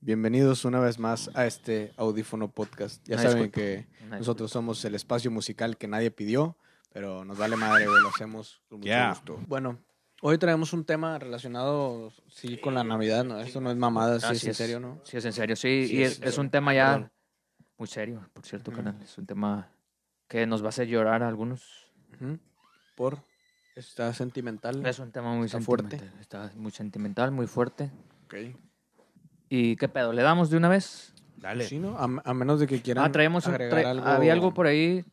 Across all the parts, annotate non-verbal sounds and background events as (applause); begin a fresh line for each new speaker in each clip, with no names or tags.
Bienvenidos una vez más a este audífono podcast. Ya
Una
saben
Ah, disculpa,
que
una
nosotros somos el espacio musical que nadie pidió, pero nos vale madre, güey, lo hacemos con mucho
Yeah.
gusto. Bueno, hoy traemos un tema relacionado, sí, con la Navidad, ¿no? Esto no es mamada, sí,
Ah,
es
sí
en
es.
serio, ¿no?
Sí, es en serio, sí.
Sí,
y
es
es,
en
es un
serio,
tema ya
perdón.
muy serio, por cierto,
Ujú.
carnal. Es un tema que nos va a hacer llorar a algunos.
Ujú. Por, está sentimental.
Es un tema muy
Está fuerte.
sentimental. Está muy sentimental, muy fuerte.
Ok.
¿Y qué pedo? ¿Le damos de una vez?
Dale.
Sí, ¿no? A, a menos de que quieran
Ah, traemos un-
agregar
tra-
algo.
Había algo por ahí.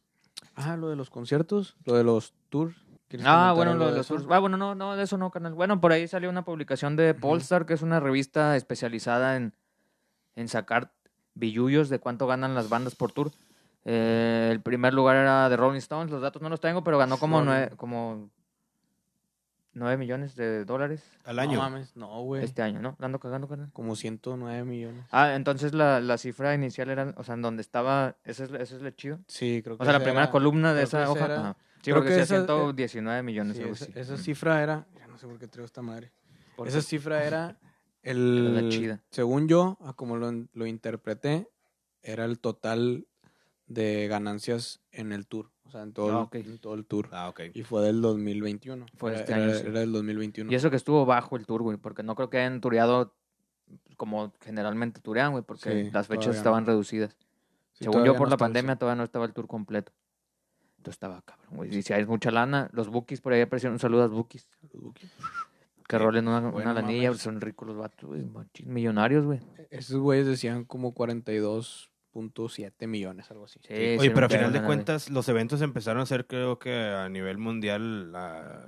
Ah, lo de los conciertos, lo de los tours. ¿Quieres
Ah,
comentar
bueno,
algo
lo
de
de los
eso?
tours. Ah, bueno, no, no, de eso no, carnal. Bueno, por ahí salió una publicación de Polestar, que es una revista especializada en, en sacar billullos de cuánto ganan las bandas por tour. Eh, el primer lugar era de Rolling Stones, los datos no los tengo, pero ganó como
Rolling.
nueve, como nueve millones de dólares
Al
No
año.
mames, no, güey.
este año, ¿no? La Ando cagando, carnal.
Como 109 millones.
Ah, entonces la, la cifra inicial era, o sea, en donde estaba, ese es, ese es lo chido.
Sí, creo que
O sea, la
esa
primera
era-
columna de
creo que
esa
esa
hoja.
era-
ajá. Sí,
creo
porque
que
decía
esa- eh,
119 millones.
Sí,
algo
esa, eh,
así.
esa
Ujú.
cifra era. Ya no sé por qué traigo esta madre.
Porque-
Esa cifra
(laughs)
era. El,
Era la chida.
Según yo, a como lo, en- lo interpreté, era el total de ganancias en el tour. O sea, en todo,
Ah,
el-
ok.
en todo el tour.
Ah, ok.
Y fue del 2021.
Fue
era,
este año,
era-
sí.
era del 2021.
Y eso que estuvo bajo el tour, güey, porque no creo que hayan tureado como generalmente turean, güey, porque
Sí,
las fechas
todavía
estaban
no.
reducidas.
Sí,
Según
todavía
yo,
no
por la
estaba el
pandemia
cien.
todavía no estaba el tour completo. Entonces estaba cabrón, güey. Y si hay mucha lana, los bookies por ahí aparecieron. Un saludo a los bookies. Que
Sí,
rolen una,
bueno,
una lanilla,
mames.
son ricos los vatos, güey, machín, millonarios, güey.
Esos güeyes decían como 42.7 millones, algo así.
Sí, sí,
Oye,
un
pero a
pedo
final de
lana, güey.
cuentas, los eventos empezaron a ser, creo que a nivel mundial, a,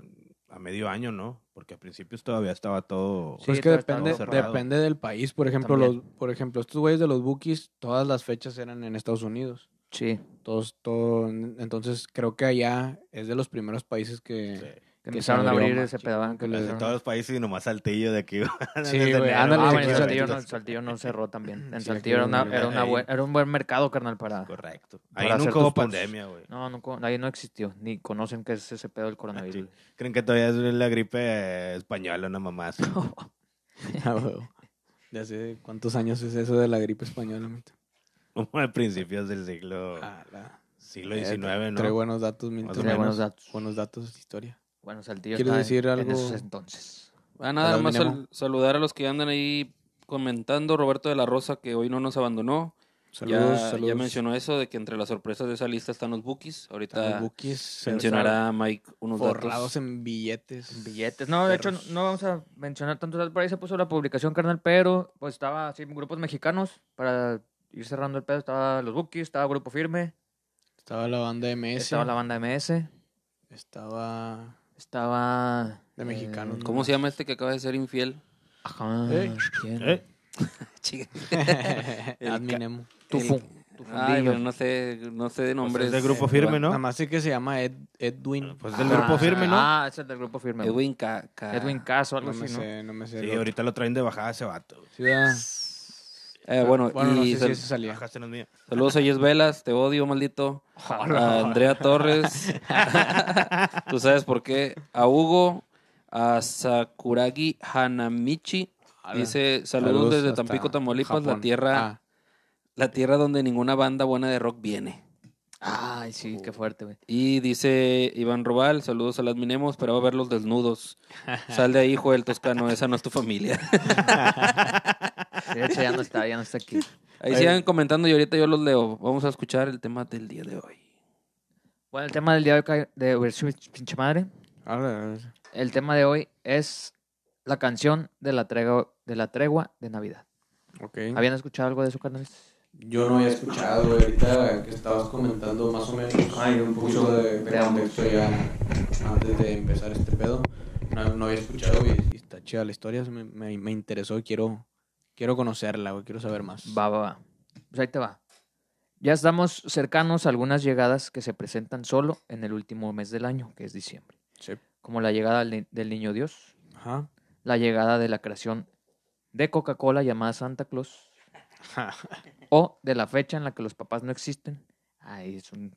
a medio año, ¿no? Porque a principios todavía estaba todo.
Sí,
Pues es que
todo estaba
depende,
todo cerrado.
depende del país. Por ejemplo, los,
También.
por ejemplo, estos güeyes de los bookies, todas las fechas eran en Estados Unidos.
Sí,
Todos, todo, entonces creo que allá es de los primeros países que...
Sí.
que empezaron a
abrió
abrir
más
ese
chido
pedo. que
que las de
En
empezaron-
todos los países y nomás saltillo de aquí. (laughs)
Sí,
desde
güey,
enero.
ándale,
Ah,
Sí,
bueno,
sí,
el
sí,
Saltillo
sí,
no,
sí.
Saltillo no cerró también. En
Sí,
Saltillo era,
aquí
una,
no,
era, una
ahí.
buen- era un buen mercado, carnal, para...
Correcto.
Para
Ahí
hacer
nunca
tus
hubo
tours.
pandemia, güey.
No, no, co- ahí no existió, ni conocen qué es ese pedo del coronavirus. güey.
Creen que todavía es la gripe eh, española, una
(laughs)
mamá. así.
(laughs) Ah, huevo. ¿De hace cuántos años es eso de la gripe española? mito?
Como a principios del siglo,
Ah, la-
siglo
eh,
XIX, ¿no?
Trae buenos datos,
o
Milton.
Tenía
menos.
buenos datos.
Buenos datos de historia.
Bueno, Saltillo
¿Quieres
estaba
decir
en-
algo?
En esos entonces.
Ah, nada
Hola,
más sal-
Dinamo.
saludar a los que andan ahí comentando. Roberto de la Rosa, que hoy no nos abandonó.
Saludos,
ya,
saludos.
ya mencionó eso de que entre las sorpresas de esa lista están los bookies.
Están los
Ahorita
bookies, se
mencionará Mike unos
forrados
datos.
en billetes.
Billetes. No, de hecho, no,
Perros.
no vamos a mencionar tantos datos. Por ahí se puso la publicación, carnal, pero pues estaba así grupos mexicanos para ir cerrando el pedo. Estaba los Bookies, estaba Grupo Firme,
Estaba la banda MS.
estaba la banda MS,
Estaba...
estaba...
De
eh,
mexicanos, ¿no?
¿Cómo se llama este que acaba de ser infiel?
(laughs)
Ajá.
Eh.
¿quién?
¿Eh?
Chinga.
(laughs) Adminemo.
Tufo.
Ay,
Tufundillo.
pero no sé, no sé de
Pues
nombres.
es de grupo firme,
Nada
¿no?
más sé que se llama Ed- Edwin.
Pues es del
Ah,
grupo firme, ¿no?
Ah, es el del grupo firme. güey.
Edwin ah, Ca- Ca-
Edwin Caso, algo
no me
así, ¿no?
sé, no me sé. el
Sí,
otro.
ahorita lo traen de bajada ese vato. güey.
Sí, ¿verdad?
Eh, bueno,
bueno, no
y
sé si
sal-
ese salía.
Bajaste no
(laughs)
es mía.
saludos a Yes Velas, te odio, maldito.
Ah,
Ah,
a Andrea
(laughs)
Torres. Tú sabes por qué. A Hugo, a Sakuragi Hanamichi.
Ala.
Dice, saludos,
Saludos
desde
hasta
Tampico, Tamaulipas, la
Japón.
tierra,
Ah,
la tierra donde ninguna banda buena de rock viene.
Ay, sí, qué fuerte, güey.
Y dice Iván Robal, saludos a las Minemos, esperaba verlos desnudos. Sal de ahí, Joel Toscano, esa no es
(laughs)
tu familia.
De hecho, ya no está, ya no está aquí.
Ahí sigan comentando y ahorita yo los leo. Vamos a escuchar el tema del día de hoy.
Bueno, el tema del día de hoy, ca- de güey, sí, pinche madre.
ahora, ahora.
El tema de hoy es la canción de la tregua de, la tregua de Navidad.
Ok.
¿Habían escuchado algo de eso, canales?
Yo no había escuchado güey, ahorita que estabas comentando más o menos Hay un poquito de, de contexto ya antes de empezar este pedo. No, no había escuchado y, y está chida la historia, se me, me, me interesó y quiero, quiero conocerla, güey, quiero saber más.
Va, va, va. Pues ahí te va. Ya estamos cercanos a algunas llegadas que se presentan solo en el último mes del año, que es diciembre.
Sí.
Como la llegada del ni- del Niño Dios,
Ajá.
la llegada de la creación de Coca-Cola llamada Santa Claus o de la fecha en la que los papás no existen. Ahí es un...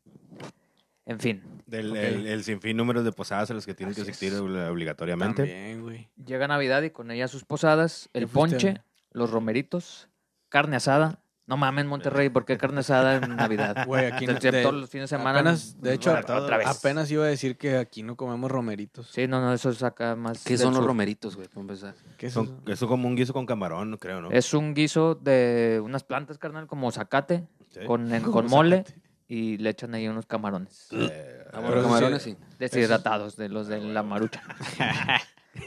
En fin,
Del,
Ok.
el, el sinfín número de posadas a las que tienen que
Así es.
asistir obli- obligatoriamente. (laughs)
También, güey.
llega Navidad y con ella sus posadas, el
¿Ya fuiste?
ponche, los romeritos, carne asada. No mames, Monterrey, ¿por qué carne asada
(laughs)
en Navidad?
Güey, aquí
Entonces,
de-
todos los fines de semana.
apenas- de hecho,
otra otra vez.
Apenas iba a decir que aquí no comemos romeritos.
Sí, no, no, eso es acá más.
¿Qué
del
son los
sur.
romeritos, güey? para empezar?
¿Qué es
Son-
eso?
eso como un guiso con camarón, creo, ¿no?
Es un guiso de unas plantas, carnal, como zacate,
Sí.
con, en-
Como
con mole,
zacate.
y le echan ahí unos camarones.
Eh,
Ah,
Pero
bueno,
eso
camarones
sí-
sí.
Deshidratados, de
Ah,
los de
(laughs)
la marucha.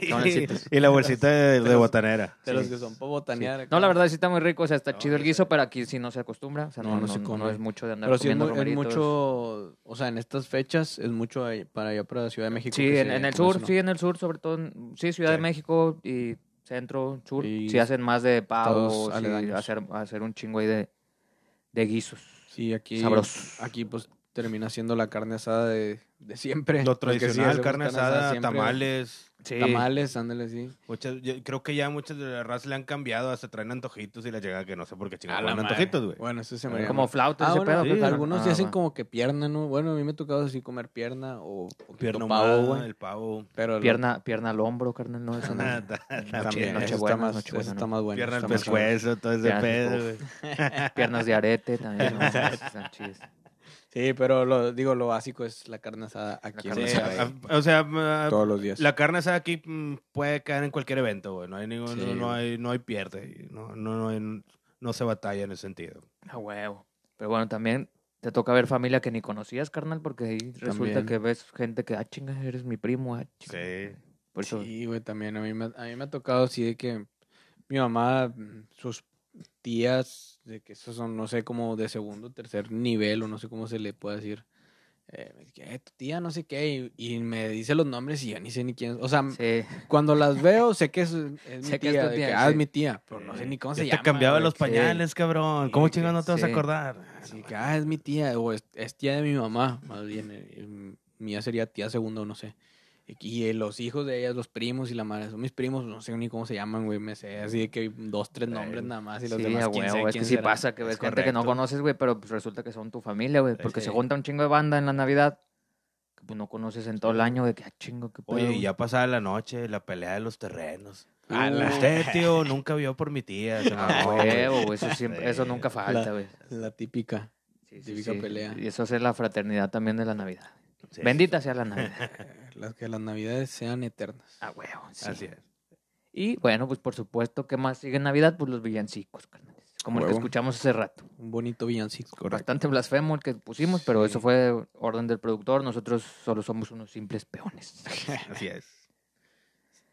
Camarocitos.
y la bolsita de, de botanera.
De los que son para botanear. acá.
No, la verdad sí está muy rico, o sea, está
No,
chido el
sí,
guiso,
sí.
pero aquí sí no se acostumbra, o sea, no,
No, no
no,
se
no
come.
es mucho de andar
Pero sí es,
comiendo
mu- es
romeritos.
mucho, o sea, en estas fechas es mucho ahí- para allá, para la Ciudad de México.
Sí,
que
en,
se-
en el
que
sur,
hacen, ¿no?
sí, en el sur, sobre todo, en- sí, Ciudad de
Sí.
México y centro, sur,
Y
sí hacen más de pavos,
estados
y
aledaños.
hacer, hacer un chingo ahí de, de guisos.
Sí, aquí,
Sabrosos.
aquí pues termina siendo la carne asada de, de siempre.
Lo
Porque sí,
tradicional,
hacemos
carne asada,
siempre.
tamales.
Sí.
Tamales, ándale, sí.
Muchas, yo creo que ya muchas de las razas le han cambiado, hasta traen antojitos y la llegada que no sé por qué
A
chingados
la
ponen
madre.
antojitos, güey.
Bueno, eso se me
Como flauta
Ah,
ese
bueno,
pedo.
sí,
creo que no.
algunos sí
Ah,
hacen
va.
como que pierna, ¿no? Bueno, a mí me ha tocado así comer pierna o o
Pierna
pavo,
ahumada,
güey.
el pavo.
Pero lo-
Pierna, pierna al hombro, carnal, no, eso no.
(laughs) también,
noche
eso
buena,
está más,
noche
eso
buena,
está
¿no? (laughs)
más bueno.
Pierna al
está más
pescuezo, todo ese
Ya,
pedo,
uf.
güey.
Piernas de arete también, no, están chidas.
bueno. Sí, pero lo, digo, lo básico es la carne asada aquí. en
carne
Sí,
Monterrey,
a- a- o sea, ma-
todos los días.
la carne asada aquí mm, puede caer en cualquier evento, güey. No hay ningún,
Sí,
no,
güey.
hay, no hay pierde. No, no, no, hay- no se batalla en ese sentido.
(laughs) A huevo. Pero bueno, también te toca ver familia que ni conocías, carnal, porque ahí resulta
También.
que ves gente que, ah, chinga, eres mi primo, ah, chinga.
Sí.
Por eso,
Sí, güey, también a mí, me, a mí me ha tocado así de que mi mamá, mm, sus tías, de que esos son, no sé, como de segundo, tercer nivel, o no sé cómo se le puede decir. eh, me dice, "Eh, tu tía, no sé qué, y, y me dice los nombres y yo ni sé ni quién. O sea,
sí.
cuando las veo, sé que es, es mi
(laughs) Sé que
tía,
es tu
de
tía,
que, ah, es
sí.
mi tía, pero no sé ni cómo
Ya
se
te
llama.
cambiaba
güey,
los
que-
pañados, cabrón. ¿Cómo
Sí,
chingas no te vas a
sí.
acordar?
Sí, que, ah, es mi tía, o es, es tía de mi mamá, más bien, eh, eh, mía sería tía segundo, no sé. Y, que- y, eh, los hijos de ellas, los primos y la madre, son mis primos, no sé ni cómo se llaman, güey, me sé, así de que dos, tres nombres nada más y los
Sí,
demás,
a
quién
huevo,
sabe
es
quién
que sí
será.
pasa que ves
Es
gente que no
correcto.
conoces, güey, pero pues resulta que son tu familia, güey, porque se
sí.
junta un chingo de banda en la Navidad que pues no conoces en todo el año, de que, ah, chingo, qué pedo.
Oye, y
güey".
ya pasaba la noche, la pelea de los terrenos.
A la-
Usted, tío, nunca vio por mi tía.
(laughs)
se
A
mamó, güey.
huevo, güey, eso, siempre, eso
Sí.
nunca falta, güey.
La típica. (laughs)
Sí,
típica pelea.
Y eso es la fraternidad también de la Navidad.
Sí,
Bendita sea la
(laughs)
Navidad.
eh, Las que las navidades sean eternas.
A huevo, sí.
Así es.
Y bueno, pues por supuesto, ¿qué más sigue en Navidad? Pues los villancicos, carnales. Como el que
Huevo.
escuchamos hace rato.
Un bonito villancico.
Bastante blasfemo el que pusimos, pero eso
Sí.
fue orden del productor. Nosotros solo somos unos simples peones.
Así es.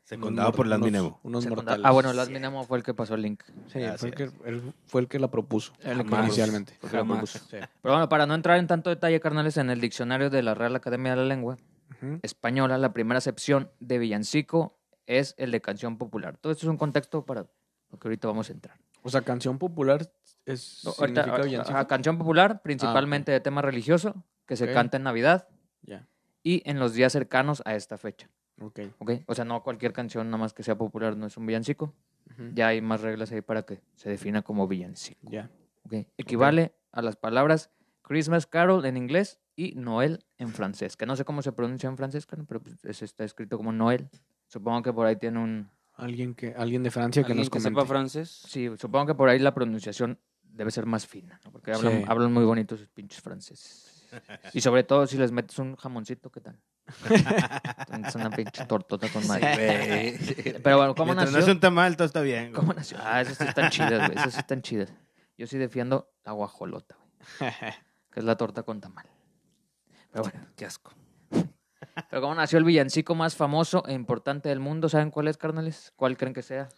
Se
Unos
contaba
mor-
por las
unos-
Minemo.
Unos
Secunda-
mortales.
Ah, bueno, el Adminamo fue el que pasó el link.
Sí, él
Así
fue, el que, él fue el que la propuso
El que-
inicialmente.
Fue el que la
Jamás.
propuso.
Sí.
Pero bueno, para no entrar en tanto detalle, carnales, en el diccionario de la Real Academia de la Lengua
Ujú.
Española, la primera acepción de villancico es el de canción popular. Todo esto es un contexto para lo que ahorita vamos a entrar.
O sea, canción popular es
No, ahorita-
significa
ahorita-
villancico.
ajá, Ah, canción popular, principalmente de tema religioso, que se
Ok.
canta en Navidad
Ya,
y en los días cercanos a esta fecha.
ok.
¿ok? O sea, no cualquier canción, nada más que sea popular, no es un villancico.
Ujú.
Ya hay más reglas ahí para que se defina como villancico.
Ya.
¿ok? Equivale a las palabras Christmas Carol en inglés y Noel en francés, que no sé cómo se pronuncia en francés, carnal, pero pues, es- está escrito como Noel. Supongo que por ahí tiene un...
Alguien que alguien de Francia que
¿Alguien
nos
que
comente.
sepa francés?
Sí, supongo que por ahí la pronunciación debe ser más fina, ¿no? porque hablan,
Sí.
hablan muy bonitos sus pinches franceses. Y sobre todo si les metes un jamoncito, ¿qué tal? Es una pinche tortota con madre. Pero bueno, ¿cómo
Mientras
nació?
no es un tamal, todo está bien. güey.
¿Cómo nació? Ah, esas sí están chidas, güey. Esas sí están chidas. Yo sí defiendo la guajolota, güey.
(laughs)
Que es la torta con tamal. Pero bueno.
(laughs)
Qué asco.
Pero ¿cómo nació el villancico más famoso e importante del mundo? ¿Saben cuál es, carnales? ¿Cuál creen que sea?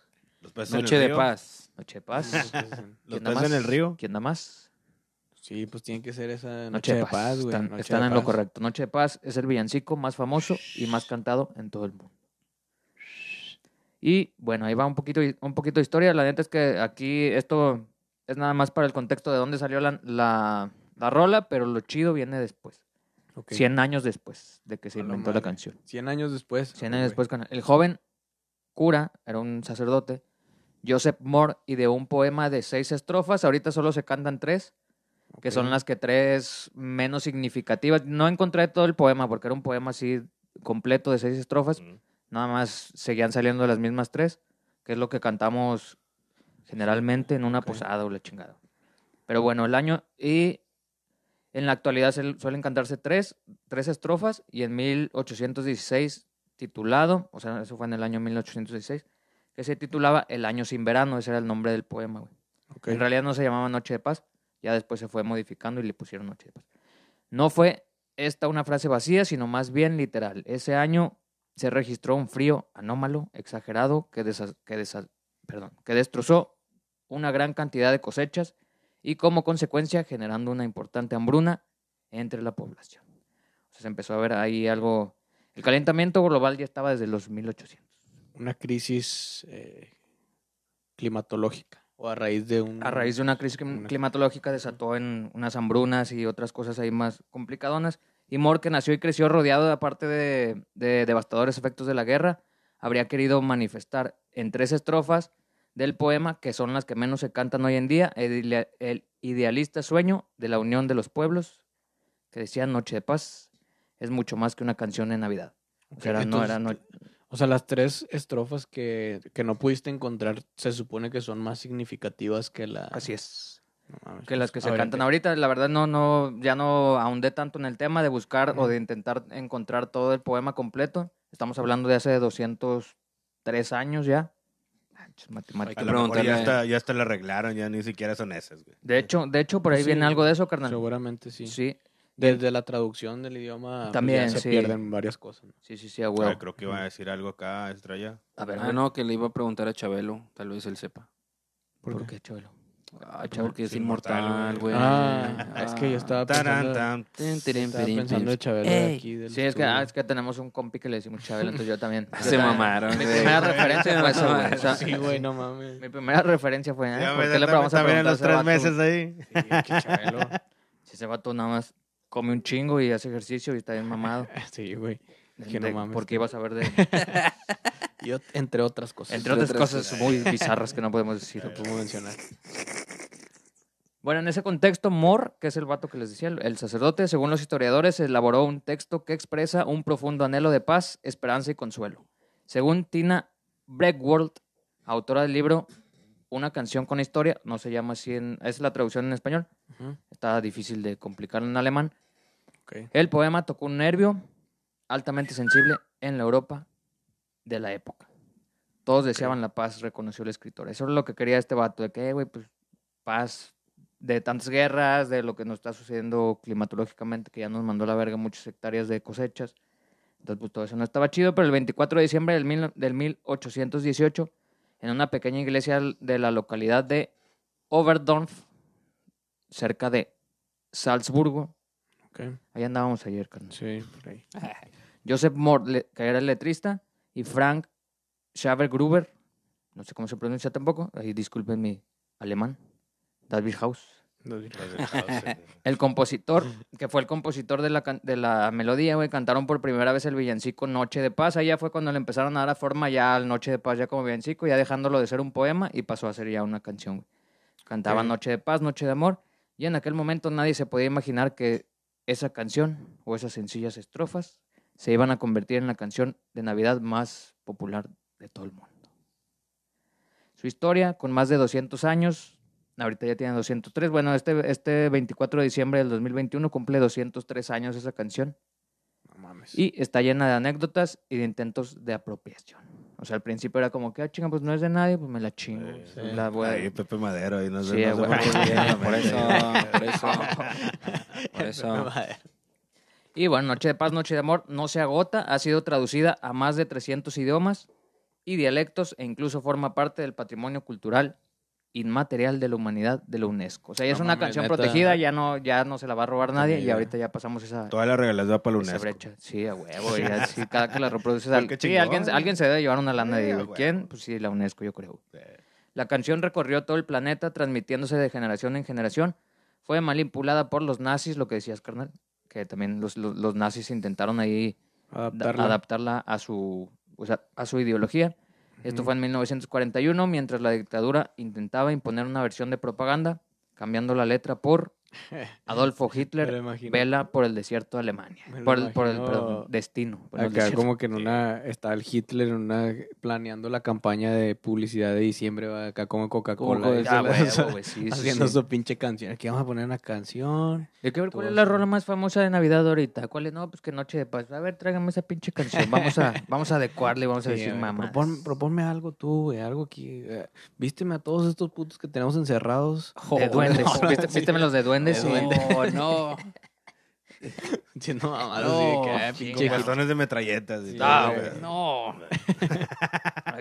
Los peces en el
Noche de
río.
paz.
Noche de paz.
Los
¿Quién da
peces en
más?
el río.
¿Quién da más?
Sí, pues tiene que ser esa
Noche de Paz,
güey.
Están,
Noche de
están en lo
Paz.
correcto. Noche de Paz es el villancico más famoso y más cantado en todo el mundo. Y bueno, ahí va un poquito, un poquito de historia. La neta es que aquí esto es nada más para el contexto de dónde salió la, la, la rola, pero lo chido viene después.
Ok.
100 años después de que se
A la
inventó la
madre.
canción.
Cien años después.
100 años después, carnal. el joven cura, era un sacerdote, Joseph Moore, y de un poema de seis estrofas, ahorita solo se cantan tres, que son las que tres menos significativas. No encontré todo el poema porque era un poema así completo de seis estrofas.
Mm.
Nada más seguían saliendo las mismas tres, que es lo que cantamos generalmente en una
Ok.
posada o la chingada. Pero bueno, el año y en la actualidad se- suelen cantarse tres, tres estrofas y en 1816 titulado, o sea, eso fue en el año 1816, que se titulaba El año sin verano, ese era el nombre del poema, güey.
Ok.
En realidad no se llamaba Noche de Paz, ya después se fue modificando y le pusieron Noche de Paz. No fue esta una frase vacía, sino más bien literal. Ese año se registró un frío anómalo, exagerado, que, desa- que, desa- perdón, que destrozó una gran cantidad de cosechas y como consecuencia generando una importante hambruna entre la población. O sea, se empezó a ver ahí algo... El calentamiento global ya estaba desde los 1800.
Una crisis eh, climatológica o a raíz de un...
a raíz de una crisis clim-
Una-
climatológica desató en unas hambrunas y otras cosas ahí más complicadonas. Y Moore, que nació y creció rodeado de aparte de, de devastadores efectos de la guerra, habría querido manifestar en tres estrofas del poema, que son las que menos se cantan hoy en día, el, idea- el idealista sueño de la unión de los pueblos, que decía Noche de Paz, es mucho más que una canción de Navidad. O sea,
Ok,
era- no
entonces,
era no-
O sea, las tres estrofas que, que no pudiste encontrar se supone que son más significativas que la...
Así es.
No mames,
que las que
pues,
se
a ver,
cantan
ente-
ahorita. La verdad no, no, ya no ahondé tanto en el tema de buscar o
Ujú.
de intentar encontrar todo el poema completo. Estamos hablando de hace 203 años ya. Ah, chis,
A
Matemática.
Hay
lo mejor
preguntarle-
ya hasta, ya hasta la arreglaron, ya ni siquiera son esas, güey.
De hecho, de hecho por ahí
Sí,
viene algo de eso, carnal.
Seguramente sí.
Sí, sí,
Desde la traducción del idioma pues, ya
También,
se
sí.
pierden varias cosas. ¿no?
sí, sí, a
A ver,
huevo.
creo que iba a decir algo acá, Estrella.
A ver,
Ah, no, que le iba a preguntar a Chabelo, tal vez él sepa.
¿por,
¿Por
qué, Chabelo? Chabelo.
Ah, Chabelo, que es
Es
inmortal,
inmortal,
güey.
Ah, es que yo estaba
Tarán,
pensando,
tan.
Tin, tirin,
estaba
pirin,
pensando de
pirin.
Chabelo de
Ey.
aquí. del
Sí, es que,
estudio.
ah, es que tenemos un compi que le decimos Chabelo, entonces yo
(laughs)
también. yo
Ah, Se
también.
mamaron,
Mi
güey.
primera referencia
Se
fue eso, güey.
mamaron.
O sea,
Sí, güey, no mames.
mi primera referencia fue, ¿eh?
Ya
¿por
me
qué le
da-
vamos a
también
preguntar
en
a
los
ese vato?
tres meses ahí.
Sí, que Chabelo.
Si ese vato nada más come un chingo y hace ejercicio y está bien mamado.
(laughs) Sí, güey. Que no
De-
mames.
Porque ibas a (laughs) ver de,
Y ot- entre otras cosas.
entre otras
otras
cosas (laughs) muy bizarras que no podemos decir.
No puedo mencionar.
(laughs) Bueno, en ese contexto, Moore, que es el vato que les decía, el el sacerdote, según los historiadores, elaboró un texto que expresa un profundo anhelo de paz, esperanza y consuelo. Según Tina Breckworth, autora del libro Una canción con historia, no se llama así, en, es la traducción en español,
Ujú,
está difícil de complicar en alemán,
ok.
El poema tocó un nervio altamente sensible en la Europa de la época. Todos deseaban la paz, reconoció el escritor. Eso es lo que quería este vato, de que, "Eh, güey, pues paz de tantas guerras, de lo que nos está sucediendo climatológicamente, que ya nos mandó a la verga muchas hectáreas de cosechas. Entonces, pues todo eso no estaba chido, pero el 24 de diciembre del, mil- del 1818, en una pequeña iglesia de la localidad de Oberdorf, cerca de Salzburgo,
Ok,
ahí andábamos ayer, carnal.
sí, por ahí.
Joseph Moore, le- que era el letrista, y Frank Schaber Gruber, no sé cómo se pronuncia tampoco, ahí disculpen mi alemán, David House.
Los vi-
(laughs)
Ah,
El compositor, que fue el compositor de la, can- de la melodía, güey, cantaron por primera vez el villancico Noche de Paz. Ahí ya fue cuando le empezaron a dar forma ya al Noche de Paz, ya como villancico, ya dejándolo de ser un poema y pasó a ser ya una canción. güey. Cantaban
Ok.
Noche de Paz, Noche de Amor, y en aquel momento nadie se podía imaginar que esa canción o esas sencillas estrofas se iban a convertir en la canción de Navidad más popular de todo el mundo. Su historia, con más de 200 años, ahorita ya tiene 203, bueno, este, este 24 de diciembre del 2021 cumple 203 años esa canción
No mames. (laughs)
y está llena de anécdotas y de intentos de apropiación. O sea, al principio era como que, ah, chinga, pues no es de nadie, pues me la chingo.
Sí,
la voy a-
Ahí Pepe Madero, ahí no sé-
Sí,
no sé
güey.
por qué viene a la
Por
mente.
eso, por eso. Por eso.
(laughs) Y bueno, Noche de Paz, Noche de Amor no se agota, ha sido traducida a más de 300 idiomas y dialectos e incluso forma parte del patrimonio cultural inmaterial de la humanidad de la UNESCO. O sea, ya
No
es una
mames,
canción
neta.
protegida, ya no, ya no se la va a robar
Puta
nadie y
mierda.
ahorita ya pasamos esa,
(laughs) Toda la regalas va para la
esa
UNESCO.
brecha. Sí, a
(laughs)
huevo, ya, sí, cada que la reproduces.
Pero
al-
qué
sí, alguien,
chingón.
alguien se debe llevar una lana de
Sí,
ahí,
a
güey.
huevo.
¿Quién? Pues sí, la UNESCO, yo creo.
Sí.
La canción recorrió todo el planeta transmitiéndose de generación en generación. Fue manipulada por los nazis, lo que decías, carnal, que también los, los- los nazis intentaron ahí da-
Adaptarla.
adaptarla a su, o sea, a su ideología. Esto
Ujú.
fue en
(laughs)
1941, mientras la dictadura intentaba imponer una versión de propaganda, cambiando la letra por Adolfo
Me lo
Hitler
imagino.
vela por el desierto de Alemania.
Me lo
Por el, por el,
imagino
perdón, destino. por el
Acá
desierto.
como que en una está el Hitler en una planeando la campaña de publicidad de diciembre va acá como Coca-Cola
Como
y
Coca-
se
Ah,
la- (laughs)
huevo, güey, sí, sí,
haciendo
sí.
su pinche canción. Aquí vamos a poner una canción.
Hay que ver cuál
Todo
es la
eso.
rola más famosa de Navidad ahorita. ¿Cuál es? No, pues que Noche de Paz. A ver, tráigame esa pinche canción. Vamos a, vamos a adecuarle y vamos
Sí,
a decir
a ver,
mamá.
propon- proponme algo tú, güey, algo que eh, vísteme a todos estos putos que tenemos (laughs) encerrados.
De duendes. Viste- Vísteme los de duendes. Oh, sí.
No, no.
(laughs)
Siendo mamadas
No,
así de que, ah,
chingo,
pinche
(laughs)
Hitler.
Bastones de metralletas. y
Sí,
todo,
ah,
güey.
güey.
No.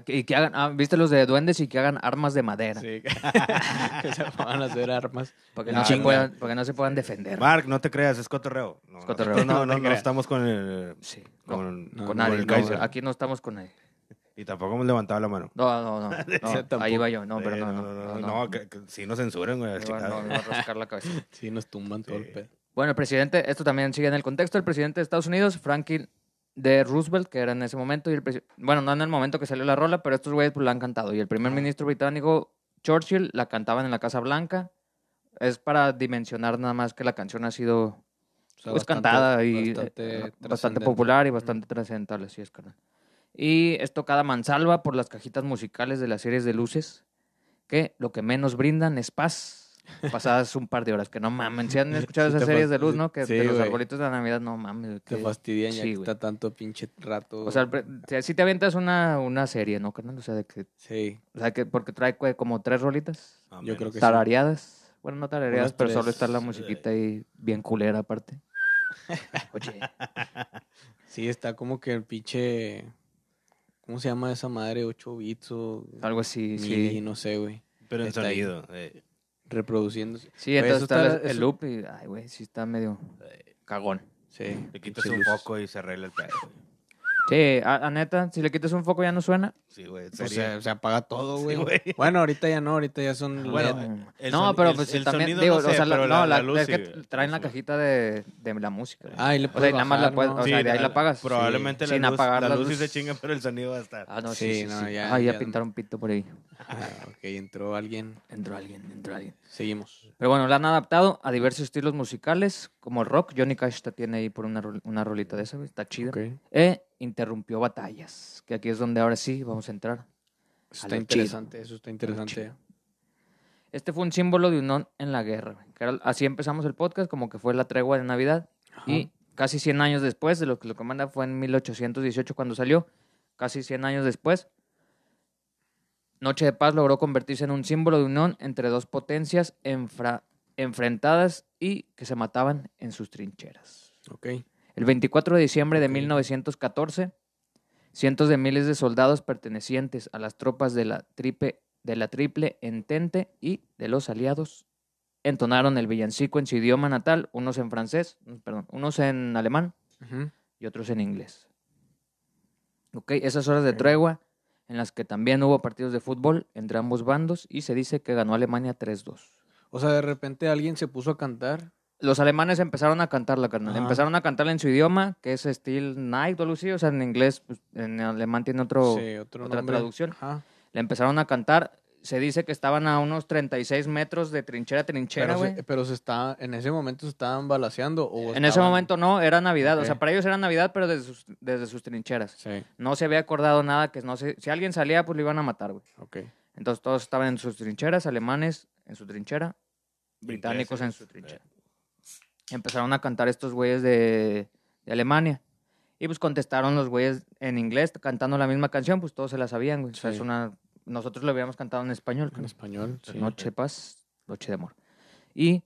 Y que hagan, ah, viste los de duendes y que hagan armas de madera.
Sí, (laughs) que se van a hacer armas.
Para, que
En
no se
chinga.
puedan, para que no se puedan defender.
Mark, no te creas, es cotorreo. No,
Es cotorreo.
nosotros
No
No,
te
no, no,
creas.
estamos con el.
Sí. No,
Con,
no,
con
no,
nadie. no,
el Kaiser.
aquí no estamos con nadie.
Y tampoco hemos levantado la mano.
No, no, no. no,
tampoco.
ahí va yo. No, pero
Eh,
no, no.
no, no, que- que sí nos censuran, güey. al
Me va- no,
chingado.
me va a rascar la cabeza.
Sí, nos tumban todo el pedo.
(laughs) Bueno, el presidente, esto también sigue en el contexto, el presidente de Estados Unidos, Franklin D. Roosevelt, que era en ese momento, y el presi- bueno, no en el momento que salió la rola, pero estos güeyes pues, la han cantado. Y el primer ministro británico, Churchill, la cantaban en la Casa Blanca. Es para dimensionar nada más que la canción ha sido
O sea,
pues,
bastante-
cantada y eh,
bastante
bastante,
trascendente. Mm.
popular y bastante trascendental, así es, carnal. Y es tocada a mansalva por las cajitas musicales de las series de luces, que lo que menos brindan es paz. Pasadas un par de horas, que no mamen.
(laughs)
Si han escuchado
Sí te
esas series
fas-
de luz, ¿no? Que
sí,
de los
güey.
arbolitos de Navidad, no mames.
Te
que-
fastidian ya
Sí,
que
güey.
está tanto pinche rato.
O sea, el pre- te- si te avientas una, una serie, ¿no, carnal? O sea, de que,
sí,
o sea, que porque trae cue- como tres rolitas
Ah,
yo
menos.
creo que sí.
tarareadas. Bueno, no tarareadas,
Unas
pero solo
tres, eh.
está la musiquita ahí bien
(laughs)
culera aparte. Oye,
Sí, está como que el pinche. ¿Cómo se llama esa madre? 8 bits o.
algo así,
MIDI,
sí.
no sé, güey.
Pero en
Está ahí.
sonido. eh.
Reproduciéndose.
Sí,
Güey,
entonces
eso
está,
está-
el- el
eso-
loop y, ay, güey, sí está medio
Eh,
cagón.
Sí.
Le quitas
pinche
un
luz.
poco y se arregla el pedo. güey.
Sí, a, a neta, si le quitas un foco ya no suena.
Sí, güey.
O
sería-
sea, Pues, se apaga todo, güey.
güey.
(laughs) bueno, ahorita ya no, ahorita ya
Ah,
son.
Bueno,
LED.
No.
el
no,
son-
pero
el-
pues
el
también,
sonido
digo,
no
o
sé,
sea, la-
pero
no,
la-
la,
la luz
es que
sí,
traen la
sí.
cajita de, de la música. güey.
Ah, y le
o sea, y
puedes
nada más la
bajar,
puedes,
¿no?
o sea,
Sí,
de ahí
la-
la pagas.
Probablemente
Sin
la luz,
apagar
la
la
luz sí
luz.
se chinga, pero el sonido va a estar.
Ah, no, sí,
Sí,
sí,
no,
sí.
ya-
Ah, ya,
ya-
pintaron pito por ahí.
Ah, ok, entró alguien.
Entró alguien, entró alguien.
Seguimos.
Pero bueno, la han adaptado a diversos estilos musicales, como el rock. Johnny Cash la tiene ahí por una, rol- una rolita de esa, güey, está chida.
Ok.
E interrumpió batallas, que aquí es donde ahora sí vamos a entrar.
Eso está
A Ah, lo Ah,
interesante, eso está interesante.
chido. Este fue un símbolo de unión en la guerra. güey, que era- así empezamos el podcast, como que fue la tregua de Navidad. Y casi 100 años después, de lo que lo comanda fue en 1818 cuando salió, casi 100 años después, Noche de Paz logró convertirse en un símbolo de unión entre dos potencias enfra- enfrentadas y que se mataban en sus trincheras.
Ok.
El 24 de diciembre de
Ok.
1914, cientos de miles de soldados pertenecientes a las tropas de la, tripe- de la Triple Entente y de los aliados entonaron el villancico en su idioma natal, unos en francés, mm, perdón, unos en alemán
Ujú.
y otros en inglés. Ok, esas horas de tregua en las que también hubo partidos de fútbol entre ambos bandos y se dice que ganó Alemania 3-2.
O sea, de repente alguien se puso a cantar.
Los alemanes empezaron a cantarla, carnal.
Ajá.
Empezaron a cantarla en su idioma, que es Steel Night o algo así. O sea, en inglés, pues, en alemán tiene otro...
sí, otro
otra
nombre.
traducción.
Ajá.
Le empezaron a cantar. Se dice que estaban a unos 36 metros de trinchera a trinchera,
Pero, eh,
güey.
se, pero se está, en ese momento se estaban balaseando. O
En ese
estaban-
momento no, era Navidad. O
Ok.
sea, para ellos era Navidad, pero desde sus, desde sus trincheras.
Sí,
No se había acordado nada, que no se, si alguien salía, pues lo iban a matar, güey.
ok.
Entonces todos estaban en sus trincheras, alemanes en su trinchera, británicos en
Ingleses,
su trinchera. Empezaron a cantar estos güeyes de, de Alemania. Y pues contestaron los güeyes en inglés cantando la misma canción, pues todos se la sabían, güey. O sea,
Sí.
es una... Nosotros lo habíamos cantado en español.
En
carnal.
español. sí.
Noche de paz, noche de amor. Y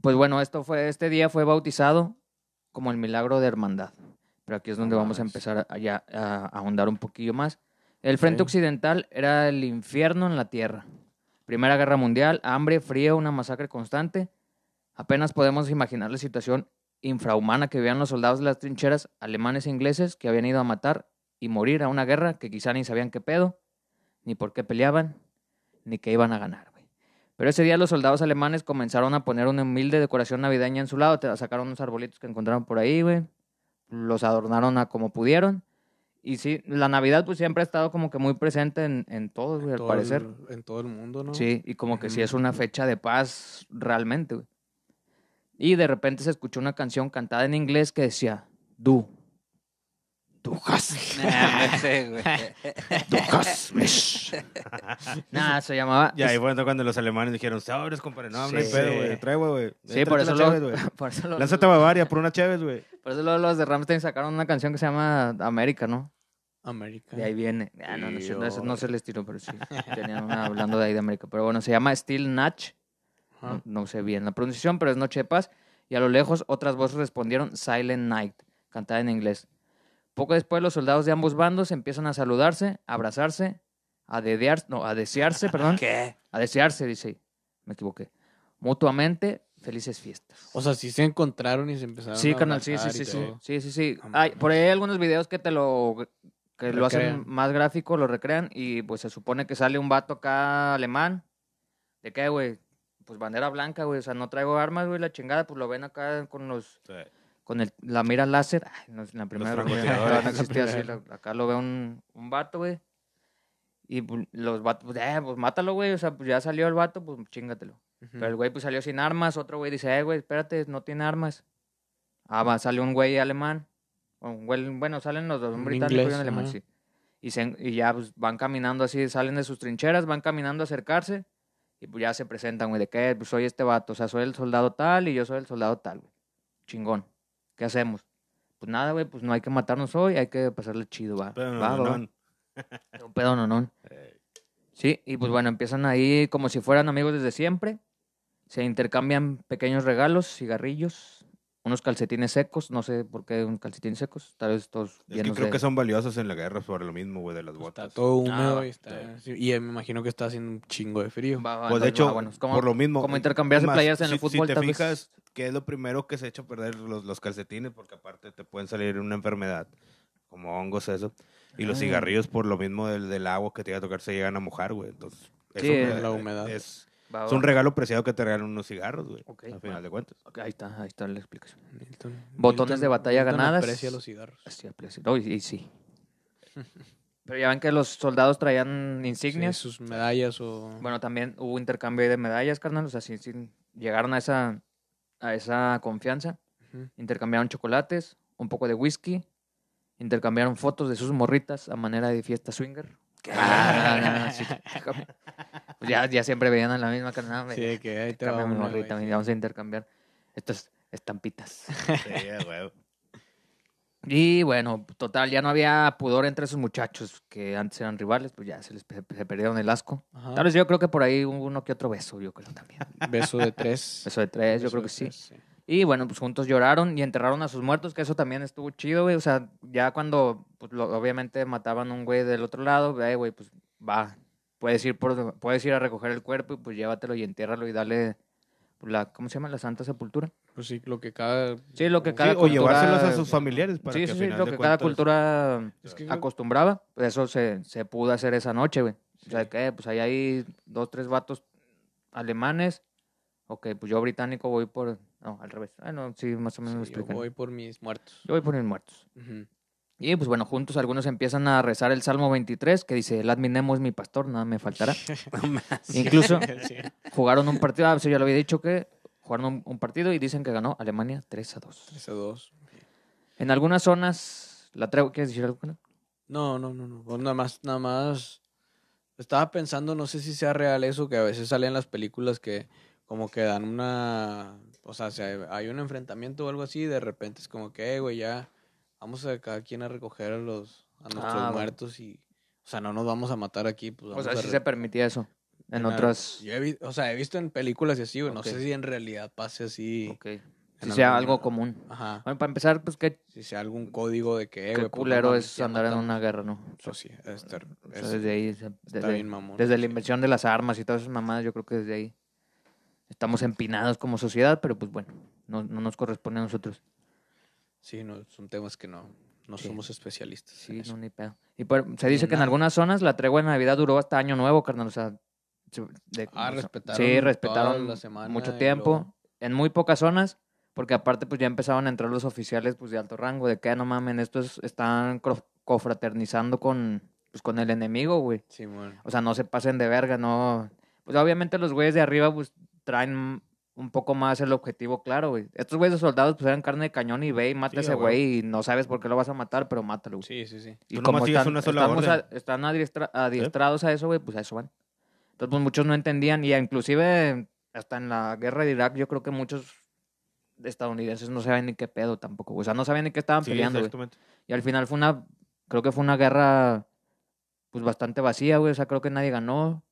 pues bueno, esto fue, este día fue bautizado como el milagro de hermandad. Pero aquí es donde vamos a
mames.
empezar a- allá a, a ahondar un poquillo más. El frente
Ok.
occidental era el infierno en la tierra. Primera guerra mundial, hambre, frío, una masacre constante. Apenas podemos imaginar la situación infrahumana que vivían los soldados de las trincheras alemanes e ingleses que habían ido a matar y morir a una guerra que quizá ni sabían qué pedo, ni por qué peleaban, ni que iban a ganar, güey. Pero ese día los soldados alemanes comenzaron a poner una humilde decoración navideña en su lado. Te- Sacaron unos arbolitos que encontraron por ahí, güey. Los adornaron a como pudieron. Y sí, la Navidad pues siempre ha estado como que muy presente en, en todos, güey, al
Todo
parecer.
el- en todo el mundo, ¿no?
Sí, y como que sí
Ujú.
es una fecha de paz realmente, güey. Y de repente se escuchó una canción cantada en inglés que decía,
(laughs)
Du. Dujas.
Nah, no
(laughs)
sé, güey.
Dujas. Nada, se llamaba...
Y ahí fue cuando los alemanes dijeron, sobres, compadre, no, no hay
Sí.
pedo, güey, trae, güey, güey.
Sí, por eso,
Tráete las
luego-
cheves,
(laughs)
güey.
por eso los-
Lánzate a Bavaria por una Chévez, güey.
por eso luego los de Rammstein sacaron una canción que se llama América, ¿no?
América.
De ahí viene. Ah, no, no,
Sí,
sé, no, eso
yo-
no se les tiró, pero sí. Tenían una hablando de ahí de América. Pero bueno, se llama Steel Natch. No,
Ajá.
no sé bien la pronunciación, pero es Noche de Paz. Y a lo lejos otras voces respondieron Silent Night, cantada en inglés. Poco después los soldados de ambos bandos empiezan a saludarse, a abrazarse, a dedear, no, a desearse, perdón,
¿Qué?
a desearse, dice, me equivoqué. Mutuamente, felices fiestas.
O sea, sí se encontraron y se empezaron
Sí,
a
canal, sí, sí,
abrazar
sí,
y
sí,
todo.
sí, sí, sí.
No
Hay-
mames.
por ahí hay algunos videos que te lo que lo hacen
Recrean.
más gráfico, lo recrean y pues se supone que sale un vato acá alemán. ¿De qué, güey? Pues bandera blanca, güey, o sea, no traigo armas, güey, la chingada, pues lo ven acá con los con el, la mira láser. Ay, no, en la primera guerra mundial no
francotiradores.
existía así,
Primera.
lo- acá lo ve un, un vato, güey. Y pues, los vatos, pues, eh, pues mátalo, güey, o sea, pues ya salió el vato, pues chingatelo.
Ujú.
Pero el güey pues salió sin armas. Otro güey dice, eh, güey, espérate, no tiene armas. Ah, va, sale un güey alemán. o un güey- bueno, salen los dos, un
Un
británico y
inglés,
un alemán,
ajá.
sí. Y, se en- y ya pues, van caminando así, salen de sus trincheras, van caminando a acercarse. Y pues ya se presentan, güey, de qué, pues soy este vato. O sea, soy el soldado tal y yo soy el soldado tal, güey. Chingón. ¿Qué hacemos? Pues nada, güey, pues no hay que matarnos hoy, hay que pasarle chido, va.
Pero no,
va, va, va.
no, no.
Un pedo no. Sí, y pues bueno, empiezan ahí como si fueran amigos desde siempre. Se intercambian pequeños regalos, cigarrillos, unos calcetines secos. No sé por qué un calcetín secos. Tal vez todos
Es que
llenos
creo
de-
que son valiosos en la guerra por lo mismo, güey, de las
Pues Está
botas.
todo húmedo
Ah,
y está... sí, Y eh, me imagino que está haciendo un chingo de frío.
Va, va,
Pues de
Ah, entonces,
hecho,
va, bueno, es como-
por lo mismo. eh,
como intercambiarse
Es más,
playeras en
si-
el fútbol,
Si te
tal vez.
fijas, que es lo primero que se echa a perder los, los calcetines, porque aparte te pueden salir una enfermedad, como hongos, eso. Y los
Ah.
cigarrillos, por lo mismo del, del agua que te iba a tocar, se llegan a mojar, güey. Entonces,
Sí, eh,
una-
es
la humedad.
Es,
va,
es
va.
un regalo preciado que te regalan unos cigarros, güey.
Ok,
al
bueno.
final de cuentas.
Ok, Ahí está, ahí está la explicación.
Milton-
Botones
Milton-
de batalla
Milton
ganadas.
aprecia los cigarros.
Así, así, no, y, y
(laughs)
sí. Pero ya ven que los soldados traían insignias.
Sí, sus medallas o...
Bueno, también hubo intercambio ahí de medallas, carnal. O sea, sí, sí, llegaron a esa, a esa confianza.
Ujú.
Intercambiaron chocolates, un poco de whisky. Intercambiaron fotos de sus morritas a manera de fiesta swinger. (laughs) Ah, no, no, no, sí. Pues ya, ya siempre veían a la misma carnal. hombre,
sí, de que ahí te va
intercambiamos
una,
morrita,
güey.
mira, vamos a intercambiar estas estampitas. (laughs)
Sí, güey.
Y bueno, total, ya no había pudor entre esos muchachos que antes eran rivales, pues ya se les pe- se perdieron el asco.
Ajá.
Tal vez yo creo que por ahí hubo uno que otro beso, yo creo también.
Beso de
(laughs)
tres.
Eso de tres, yo
Beso
creo
de
que sí.
tres,
Y bueno, pues juntos lloraron y enterraron a sus muertos, que eso también estuvo chido, güey. O sea, ya cuando, pues, lo- obviamente mataban a un güey del otro lado, eh, güey, pues va, puedes ir, por, puedes ir a recoger el cuerpo y pues llévatelo y entiérralo y dale pues, la, ¿cómo se llama? La Santa Sepultura.
Pues sí, lo que cada...
Sí, lo que
Sí,
cada
o
cultura-
llevárselos a sus familiares para
sí,
que
sí,
al
sí,
final
lo
de
que cada
cuentas-
cultura
Es que-
acostumbraba, pues, eso se, se pudo hacer esa noche, güey. O sea,
Sí.
que pues ahí hay dos, tres vatos alemanes. Ok, pues yo británico voy por... No, al revés. Ah, no, sí, más o menos me
sí, yo
explican.
voy por mis muertos.
Yo voy por mis muertos.
Ujú.
Y pues bueno, juntos algunos empiezan a rezar el Salmo 23 que dice, el adminemo es mi pastor, nada me faltará. Incluso
Sí.
jugaron un partido, ah, eso ya lo había dicho que jugaron un, un partido y dicen que ganó Alemania 3 a 2.
Ese dos.
En algunas zonas, la tregua, ¿quieres decir algo? carnal?
No, no, no, no. Pues Nada más, nada más. Estaba pensando, no sé si sea real eso, que a veces salen las películas que como que dan una. O sea, si hay- hay un enfrentamiento o algo así, y de repente es como que, "Eh, güey, ya vamos a cada quien a recoger a los a nuestros
Ah, bueno.
muertos y. O sea, no nos vamos a matar aquí. Pues
O
vamos
sea,
a
sí
re-
se permitía eso. En
una-
otras...
Yo he vi- o sea, he visto en películas y así, güey.
Ok.
No sé si en realidad pase así.
Ok. Si
En
sea
alguna-
algo común.
Ajá.
Bueno, para empezar, pues qué,
Si sea algún código de que, "Eh,
qué
güey, pues, no
culero
mames,
es
ya
andar en
matamos".
una guerra, ¿no?
Eso sí, es ter-
O sea,
es-
desde ahí, se-
está
desde-
bien mamón.
Desde la
sí.
invención de las armas y todas esas mamadas, yo creo que desde ahí estamos empinados como sociedad, pero pues bueno, no, no nos corresponde a nosotros.
Sí, no, son temas que no, no
Sí.
somos especialistas. en
Sí,
eso.
no, ni pedo. Y por- se dice
Ni
que en
nada.
algunas zonas la tregua de Navidad duró hasta Año Nuevo, carnal. O sea, se- de-
Ah,
o sea,
respetaron
Sí,
toda
respetaron
la semana y
mucho
luego-
tiempo. En muy pocas zonas, porque aparte pues ya empezaban a entrar los oficiales pues de alto rango, de que "Ah, no mamen, estos están cro- cofraternizando con, pues, con el enemigo, güey.
Simón.
O sea, no se pasen de verga, no. Pues obviamente los güeyes de arriba pues traen un poco más el objetivo claro, güey. Estos güeyes de soldados pues eran carne de cañón y ve y mata
Sí,
a ese
a huevo.
güey y no sabes por qué lo vas a matar, pero mátalo. güey.
Sí, sí, sí.
Y
Tú nomás
como
sigues
están,
una sola
estamos
orden.
a- están adiestra- adiestrados a eso, güey, pues a eso van. Entonces, pues muchos no entendían y inclusive hasta en la guerra de Irak yo creo que muchos estadounidenses no sabían ni qué pedo tampoco, güey. O sea, no sabían ni qué estaban
Sí,
peleando, güey.
exactamente.
Y al final fue una, creo que fue una guerra, pues bastante vacía, güey. O sea, creo que nadie ganó.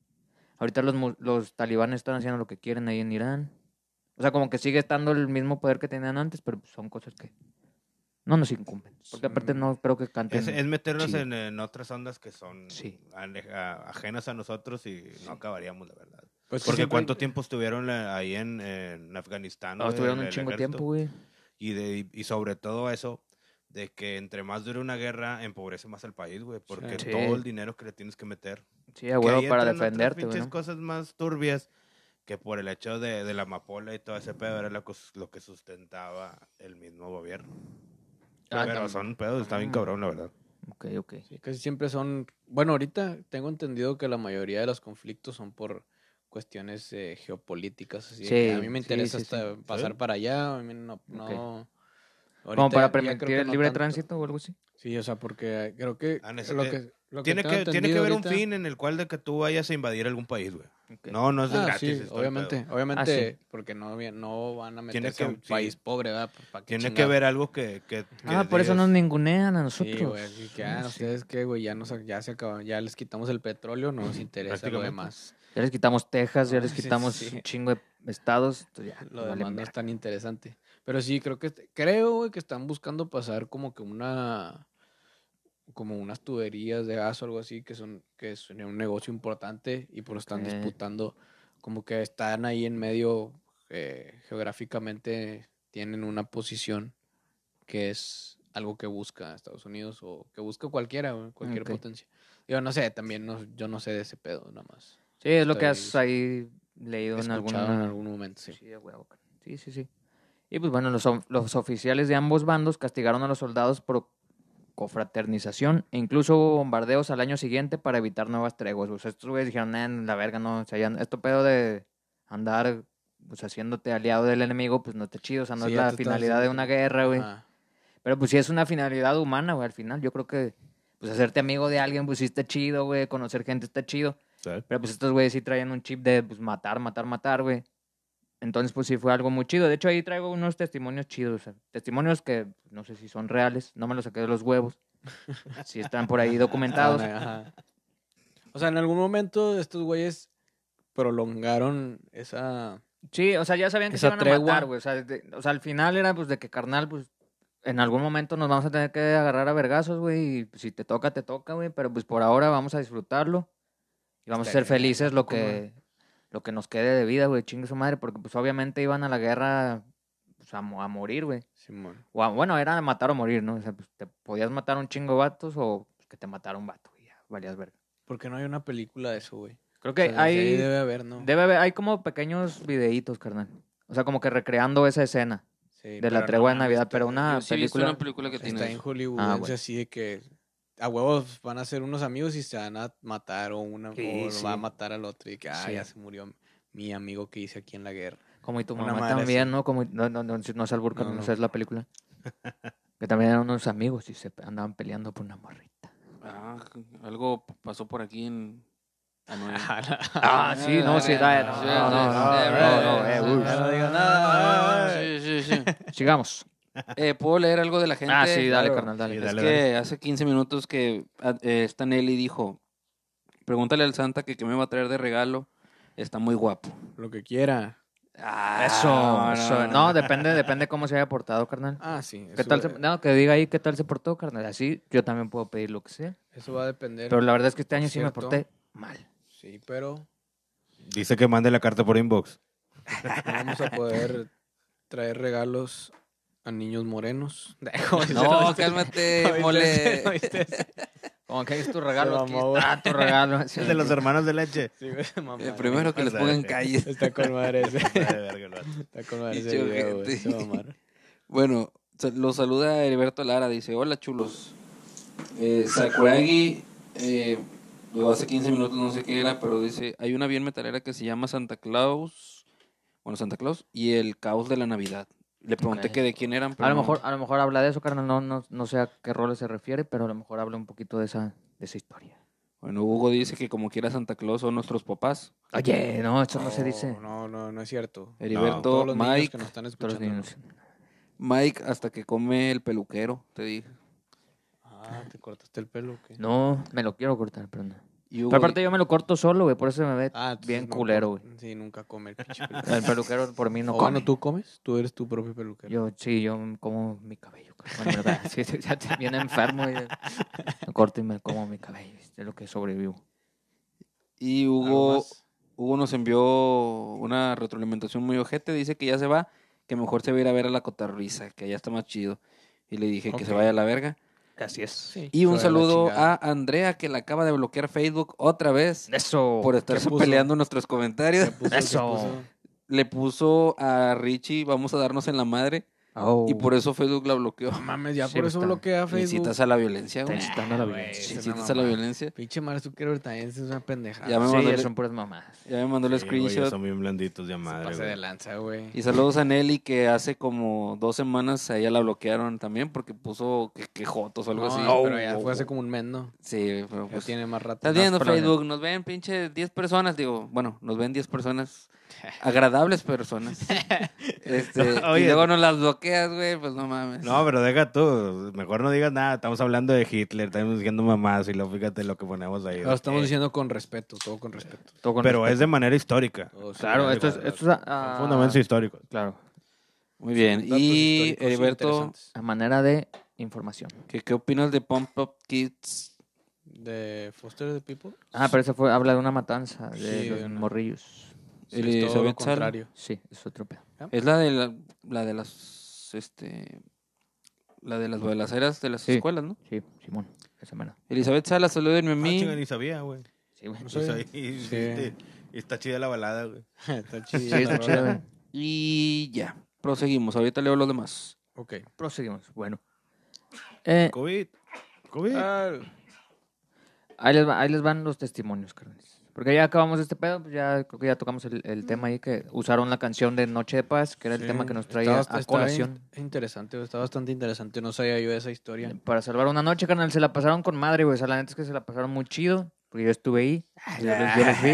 Ahorita los, mu- los talibanes están haciendo lo que quieren ahí en Irán. O sea, como que sigue estando el mismo poder que tenían antes, pero pues, son cosas que no nos incumben. Porque aparte no creo que canten.
Es, es meternos
chido.
en, en otras ondas que son
Sí.
ale- a- ajenas a nosotros y no acabaríamos, la verdad.
Pues que
Porque
siempre-
cuánto tiempo estuvieron la- ahí en, en Afganistán.
No,
güey,
estuvieron
el-
un
el
chingo de
ejército?
tiempo, güey.
Y, de, y sobre todo eso, de que entre más dure una guerra, empobrece más al país, güey. Porque
Sí.
todo el dinero que le tienes que meter.
Sí, a
Que
huevo
ahí
para
entran otras
defenderte, güey.
pinches
¿no?
cosas más turbias que por el hecho de, de la amapola y todo ese pedo era lo, cos- lo que sustentaba el mismo gobierno.
Ah,
Pero
tam-
son pedos, está bien
Ajá.
cabrón, la verdad.
Ok, ok.
Sí, casi siempre son. Bueno, ahorita tengo entendido que la mayoría de los conflictos son por cuestiones eh, geopolíticas. Así de
Sí,
que a mí me
sí,
interesa
sí,
hasta pasar
Sí.
para allá. a mí no. no-
Ok.
ahorita
Como para
ya creo que
permitir el
no
libre
tanto.
tránsito o algo así.
Sí, o sea, porque creo que.
Ah, neces-
lo
eh,
que- lo que
Tiene
tengo
que, tiene que
entendido
ver
ahorita-
un fin en el cual de que tú vayas a invadir algún país, güey.
Ok.
No, no es de
Ah,
gratis.
sí,
es todo el
obviamente,
pedo.
Ah,
obviamente, porque no, vi- no van a
Tiene
meterse
que-
a un
sí.
país pobre, ¿verdad? Pues, ¿pa' qué
Tiene que
chingados?
ver algo que... que- que
Ah, por eso
digas,
nos ningunean a
Sí,
nosotros.
güey, así que, ah,
Sí.
ustedes qué, güey, ya, nos, ya se acabó, ya les quitamos el petróleo, no nos interesa lo
Prácticamente.
demás.
Ya les quitamos Texas, ya
Ah,
les
(laughs) sí,
quitamos
sí.
un chingo de estados. entonces ya,
Lo
Ah, vale
demás no
verga.
es tan interesante. Pero sí, creo que, creo, güey, que están buscando pasar como que una, como unas tuberías de gas o algo así, que son, que es un negocio importante y por eso están
Ok.
disputando, como que están ahí en medio, eh, geográficamente tienen una posición que es algo que busca Estados Unidos o que busca cualquiera, güey, cualquier
Ok.
potencia. Yo no sé, también no, yo no sé de ese pedo, nada más.
Sí, es lo que
Estoy
has ahí leído en
Escuchado en
alguna...
algún momento, sí.
Sí, a huevo, cabrón. sí, sí, sí. Y pues bueno, los, of- los oficiales de ambos bandos castigaron a los soldados por confraternización e incluso hubo bombardeos al año siguiente para evitar nuevas treguas. O sea, estos güeyes dijeron, "Nah, la verga, no, o sea, ya no- esto pedo de andar pues haciéndote aliado del enemigo, pues no te chido, o sea, no
Sí,
es
ya
la
te estás
finalidad de
haciendo-
una guerra, güey.
Ajá.
Pero pues sí es una finalidad humana, güey, al final. Yo creo que, pues hacerte amigo de alguien, pues sí está chido, güey. Conocer gente está chido.
¿sabes?
Pero pues estos güeyes sí traían un chip de, pues, matar, matar, matar, güey. Entonces, pues sí fue algo muy chido. De hecho, ahí traigo unos testimonios chidos. o sea, testimonios que no sé si son reales. No me los saqué de los huevos. Si están por ahí
(laughs)
documentados.
Ah, ajá. O sea, en algún momento estos güeyes prolongaron esa...
Sí, o sea, ya sabían que se
Esa
iban a matar,
tregua.
güey. O, sea, de- o sea, al final era pues de que carnal, pues en algún momento nos vamos a tener que agarrar a vergazos, güey. Y pues, si te toca, te toca, güey. Pero pues por ahora vamos a disfrutarlo y vamos a ser
Estaría
felices lo
poco,
que, lo que nos quede de vida, güey. Chingue su madre, porque pues obviamente iban a la guerra pues, a, mo- a morir, güey.
Simón.
O a- bueno, era matar o morir, ¿no? O sea, pues, te podías matar un chingo de vatos o pues, que te matara un vato, güey. Ya, valías verga.
Porque no hay una película de eso, güey.
Creo
O
que
sea, sí
hay.
debe haber, ¿no?
Debe haber, hay como pequeños videitos, carnal. O sea, como que recreando esa escena
Sí,
de
pero
la tregua
no
de Navidad,
mames,
pero
está-
una
Yo sí he visto
película.
una Ah, película que tiene
Está en
eso.
Hollywood,
Ah,
es
bueno.
así de que a huevos van a ser unos amigos y se van a matar o una
Sí,
o
sí.
va a matar al otro y que, ah,
Sí.
ya se murió mi amigo que hice aquí en la guerra. (laughs)
Como y tu
una
mamá
madre
también,
así.
¿no? Como, no, no, no, no es albur, carnal,
No, no.
esa es la
(laughs)
película. que también eran unos amigos y se pe- andaban peleando por una morrita.
Ah, algo p- pasó por aquí en... Ah, no, eh.
(laughs) Ah, sí, no, sí, da, no,
Sí,
no, no,
sí,
no,
sí,
no,
sí,
no, eh,
sí,
uy. Ah,
sí,
Ya no digas nada,
Sí, sí, sí.
Sigamos.
Eh, ¿Puedo leer algo de la gente?
Ah, sí, dale,
Claro.
carnal, dale.
Sí,
Es
dale,
que
dale.
hace 15 minutos que ah, eh, esta Nelly dijo, pregúntale al Santa que qué me va a traer de regalo. Está
(laughs)
muy guapo.
Lo que quiera.
Ah,
Eso,
no,
eso. No, depende, depende cómo se haya portado, carnal.
Ah, sí.
¿Qué
Eso,
tal se, no, que diga ahí qué tal se portó, carnal. Así yo también puedo pedir lo que sea.
eso va a depender.
Pero la verdad es que este año sí me
cierto.
porté (laughs) mal.
Sí, pero
Dice que mande la carta por inbox.
no vamos a poder traer regalos a niños morenos. Dejo,
No,
(laughs)
cálmate, mole. Eh,
Como que es tu regalo, aquí
mamó,
está tu (laughs) regalo. Sí.
Es de los hermanos de leche.
(laughs)
Eh, primero que les
Pasa,
pongan
eh.
calles.
Está con madre
(laughs)
ese.
(laughs) Vale, verga, el vato.
Está con madre ese
Pinche
video, güey,
ojete.
se mamaron.
Bueno, sa- los saluda Heriberto Lara, dice, hola chulos. Eh, Sakuragi, eh, digo, hace 15 minutos no sé qué era, pero dice, hay una bien metalera que se llama Santa Claus bueno, Santa Claus, y el caos de la Navidad. Le pregunté
Ok.
que de quién eran.
A
pero
lo
no.
mejor, a lo mejor habla de eso, carnal. No, no, no sé a qué roles se refiere, pero a lo mejor habla un poquito de esa, de esa historia.
Bueno, Hugo dice que como quiera Santa Claus son nuestros papás.
Ah,
Oye, no, eso no, se dice.
No, no, no es cierto.
Heriberto,
Todos los niños
Mike,
que nos están
Eh, Todos los
escuchando.
niños.
Mike hasta que come el peluquero, te dije.
Ah, ¿te cortaste el pelo o qué?
No, me lo quiero cortar, pero no.
Y
Pero
Hugo
aparte
di-
yo me lo corto solo, güey, por eso me ve
Ah, entonces
bien
no
culero,
come-
güey.
Sí, nunca come el
(laughs)
pinche
El
peluquero.
peluquero por mí Oh, no
O
come.
bueno, tú comes, tú eres tu propio peluquero.
Yo, sí, yo como mi cabello. cabrón. Bueno, me lo- (laughs) sí, sí, ya te- bien enfermo. y- me corto y me como mi cabello. Es de lo que sobrevivo.
Y
¿Algo
Hugo,
más?
Hugo nos envió una retroalimentación muy ojete. Dice que ya se va, que mejor se va a ir a ver a la cotarriza, que allá está más chido. Y le dije que se
Ok.
vaya a la verga.
Así es.
Sí.
Y
Sobre
un
la
saludo
chingada.
a Andrea, que la acaba de bloquear Facebook otra vez
Eso.
por estarse
puso?
peleando nuestros comentarios.
Se puso- se
Eso.
puso-
Le puso a Richie, vamos a darnos en la madre.
Oh,
Y por eso Facebook la bloqueó.
No mames, ya
Sí,
por
pues,
eso
está-
bloquea Facebook.
Incitas a la violencia,
Está
güey.
incitando a la
Ah, güey,
violencia.
es una
Incitas a la
mamada.
violencia.
Pinche Mark Zuckerberg también es una pendejada.
Ya me
Sí,
mandó
ya
el-
son puras mamadas.
Ya me mandó el
Sí, güey,
screenshot.
son bien blanditos de
Se
madre.
pasa de
güey.
lanza, güey.
Y saludos a Nelly, que hace como dos semanas a ella la bloquearon también porque puso que, que jotos o algo
No,
así.
pero ya fue hace como un mes, ¿no?
Sí, pero
Ya
pues...
tiene más rato.
Estás viendo
problemas.
Facebook, nos ven pinche 10 personas, digo, bueno, nos ven
(laughs)
10 personas, agradables personas. Este, y
Oye.
luego nos las bloqueas, güey, pues no mames.
No, pero deja tú. Mejor no digas nada. Estamos hablando de Hitler, estamos diciendo mamás y luego fíjate lo que ponemos ahí. Eh,
Lo Ah, estamos diciendo con respeto, todo con respeto.
Todo con
Pero
respeto.
es de manera histórica.
Todo sí,
Oh, Claro,
algo,
esto es...
algo.
Esto es
Son
ah,
fundamentos históricos.
Claro.
Muy bien.
Datos
Y
históricos
Heriberto,
interesantes.
A manera de información.
¿qué, qué opinas de Pump Up Kids?
¿De Foster the People?
Ah, pero eso fue... Habla de una matanza de
Sí,
los
de una-
morrillos.
Sí, es
Elizabeth
todo lo
Sal.
contrario. (laughs)
Sí, es otro pedo.
Es la de la, la de las este la de las balaceras de las
Sí.
escuelas, ¿no?
Sí, Simón. Esa manera.
Elizabeth Sala, salúdenme a
Ah,
mí.
chinga, ni sabía, güey.
Sí, güey.
No
Sí,
sé.
soy-
Sí.
sí, Está chida la balada, güey.
está chido.
Sí, está chido, güey.
y ya, proseguimos. Ahorita leo los demás.
Ok.
Proseguimos. Bueno. Eh,
COVID. COVID.
Ah,
ahí, les va- ahí les van los testimonios, carnales. Porque ya acabamos este pedo, pues ya creo que ya tocamos el, el tema ahí que usaron la canción de Noche de Paz, que era el
Mm. sí.
tema que nos traía
Está-
a
está
colación.
bien interesante, está bastante interesante. No sabía yo de esa historia.
Para salvar una noche, carnal, se la pasaron con madre, güey. O sea, la neta es que se la pasaron muy chido. Porque yo estuve ahí. Yo los, yo los vi.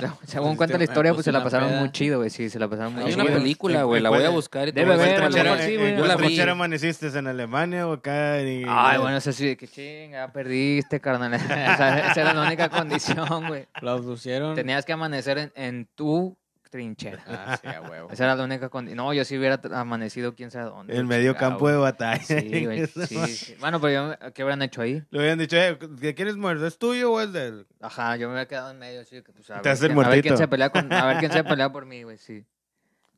No, Según cuenta la
Me
historia,
puse
pues se la
una
pasaron
peda.
muy chido, güey. Ah, Sí, se la pasaron muy
Hay una
chido.
película,
¿En-
güey,
en
la voy a
cuál-
buscar y te
Debe
voy a
haber, ¿eh?
encontrar.
a lo mejor
Trinchera-
sí,
en-
güey.
en
Yo
cuál
la vi.
trinchera amaneciste? ¿En Alemania o acá? en Inglaterra?
Ay, bueno, eso sí, que chinga, perdiste, carnal. (laughs) O sea, esa era la única condición, güey.
La abducieron.
Tenías que amanecer en, en tu trinchera.
Ah, sí, a
(laughs)
huevo.
Esa era la única condición. No, yo si hubiera tra- amanecido quién sabe dónde.
En medio
chingado,
campo de batalla. (laughs)
güey. Sí, güey, sí, sí. Bueno, pero yo, ¿qué hubieran hecho ahí?
Le habían dicho, eh, ¿de quién es muerto? ¿Es tuyo o es de él?
Ajá, yo me hubiera quedado en medio, sí. que, Pues, a,
Te
ver,
haces el
quién- a ver quién
muertito.
se pelea con- a ver quién se pelea por mí, güey, sí.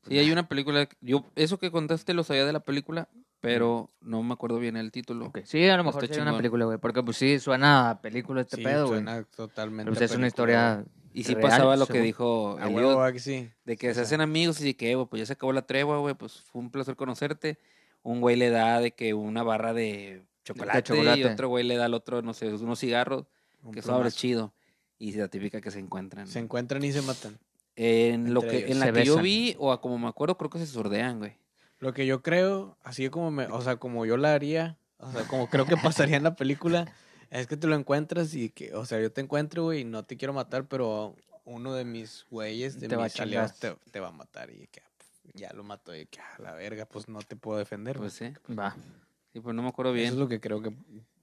Sí, hay una película. Yo, eso que contaste lo sabía de la película, pero no me acuerdo bien el título.
Ok, Sí, a lo mejor
Está
sí hay una
chingón.
película, güey. Porque, pues sí, suena a película este
Sí,
pedo, güey.
suena totalmente.
Pero pues, es
película.
una historia.
Y sí
real,
pasaba lo que
según-
dijo
A
Eliud,
huevo, ¿verdad que sí.
de que se hacen amigos y de que, güey, pues ya se acabó la tregua, güey, pues fue un placer conocerte. Un güey le da de que una barra de chocolate, y
chocolate.
otro güey le da al otro, no sé, unos cigarros,
Un
que sobre
plumazo.
chido. Y se ratifica que se encuentran.
Se encuentran y se matan.
en lo
entre
que,
ellos.
en la
Se
que yo
besan.
vi, o a como me acuerdo, creo que se sordean, güey.
Lo que yo creo, así como me, o sea, como yo la haría, o sea, como creo que pasaría en la película, es que te lo encuentras y que, o sea, yo te encuentro, güey, y no te quiero matar, pero uno de mis güeyes, de
Te va a
mis aliados, te,
chingar.
te va a matar y que ah, pf, ya lo mato y que a la verga, pues no te puedo defender. güey.
Pues sí.
Va.
Sí, pero no me acuerdo bien.
Eso es lo que creo que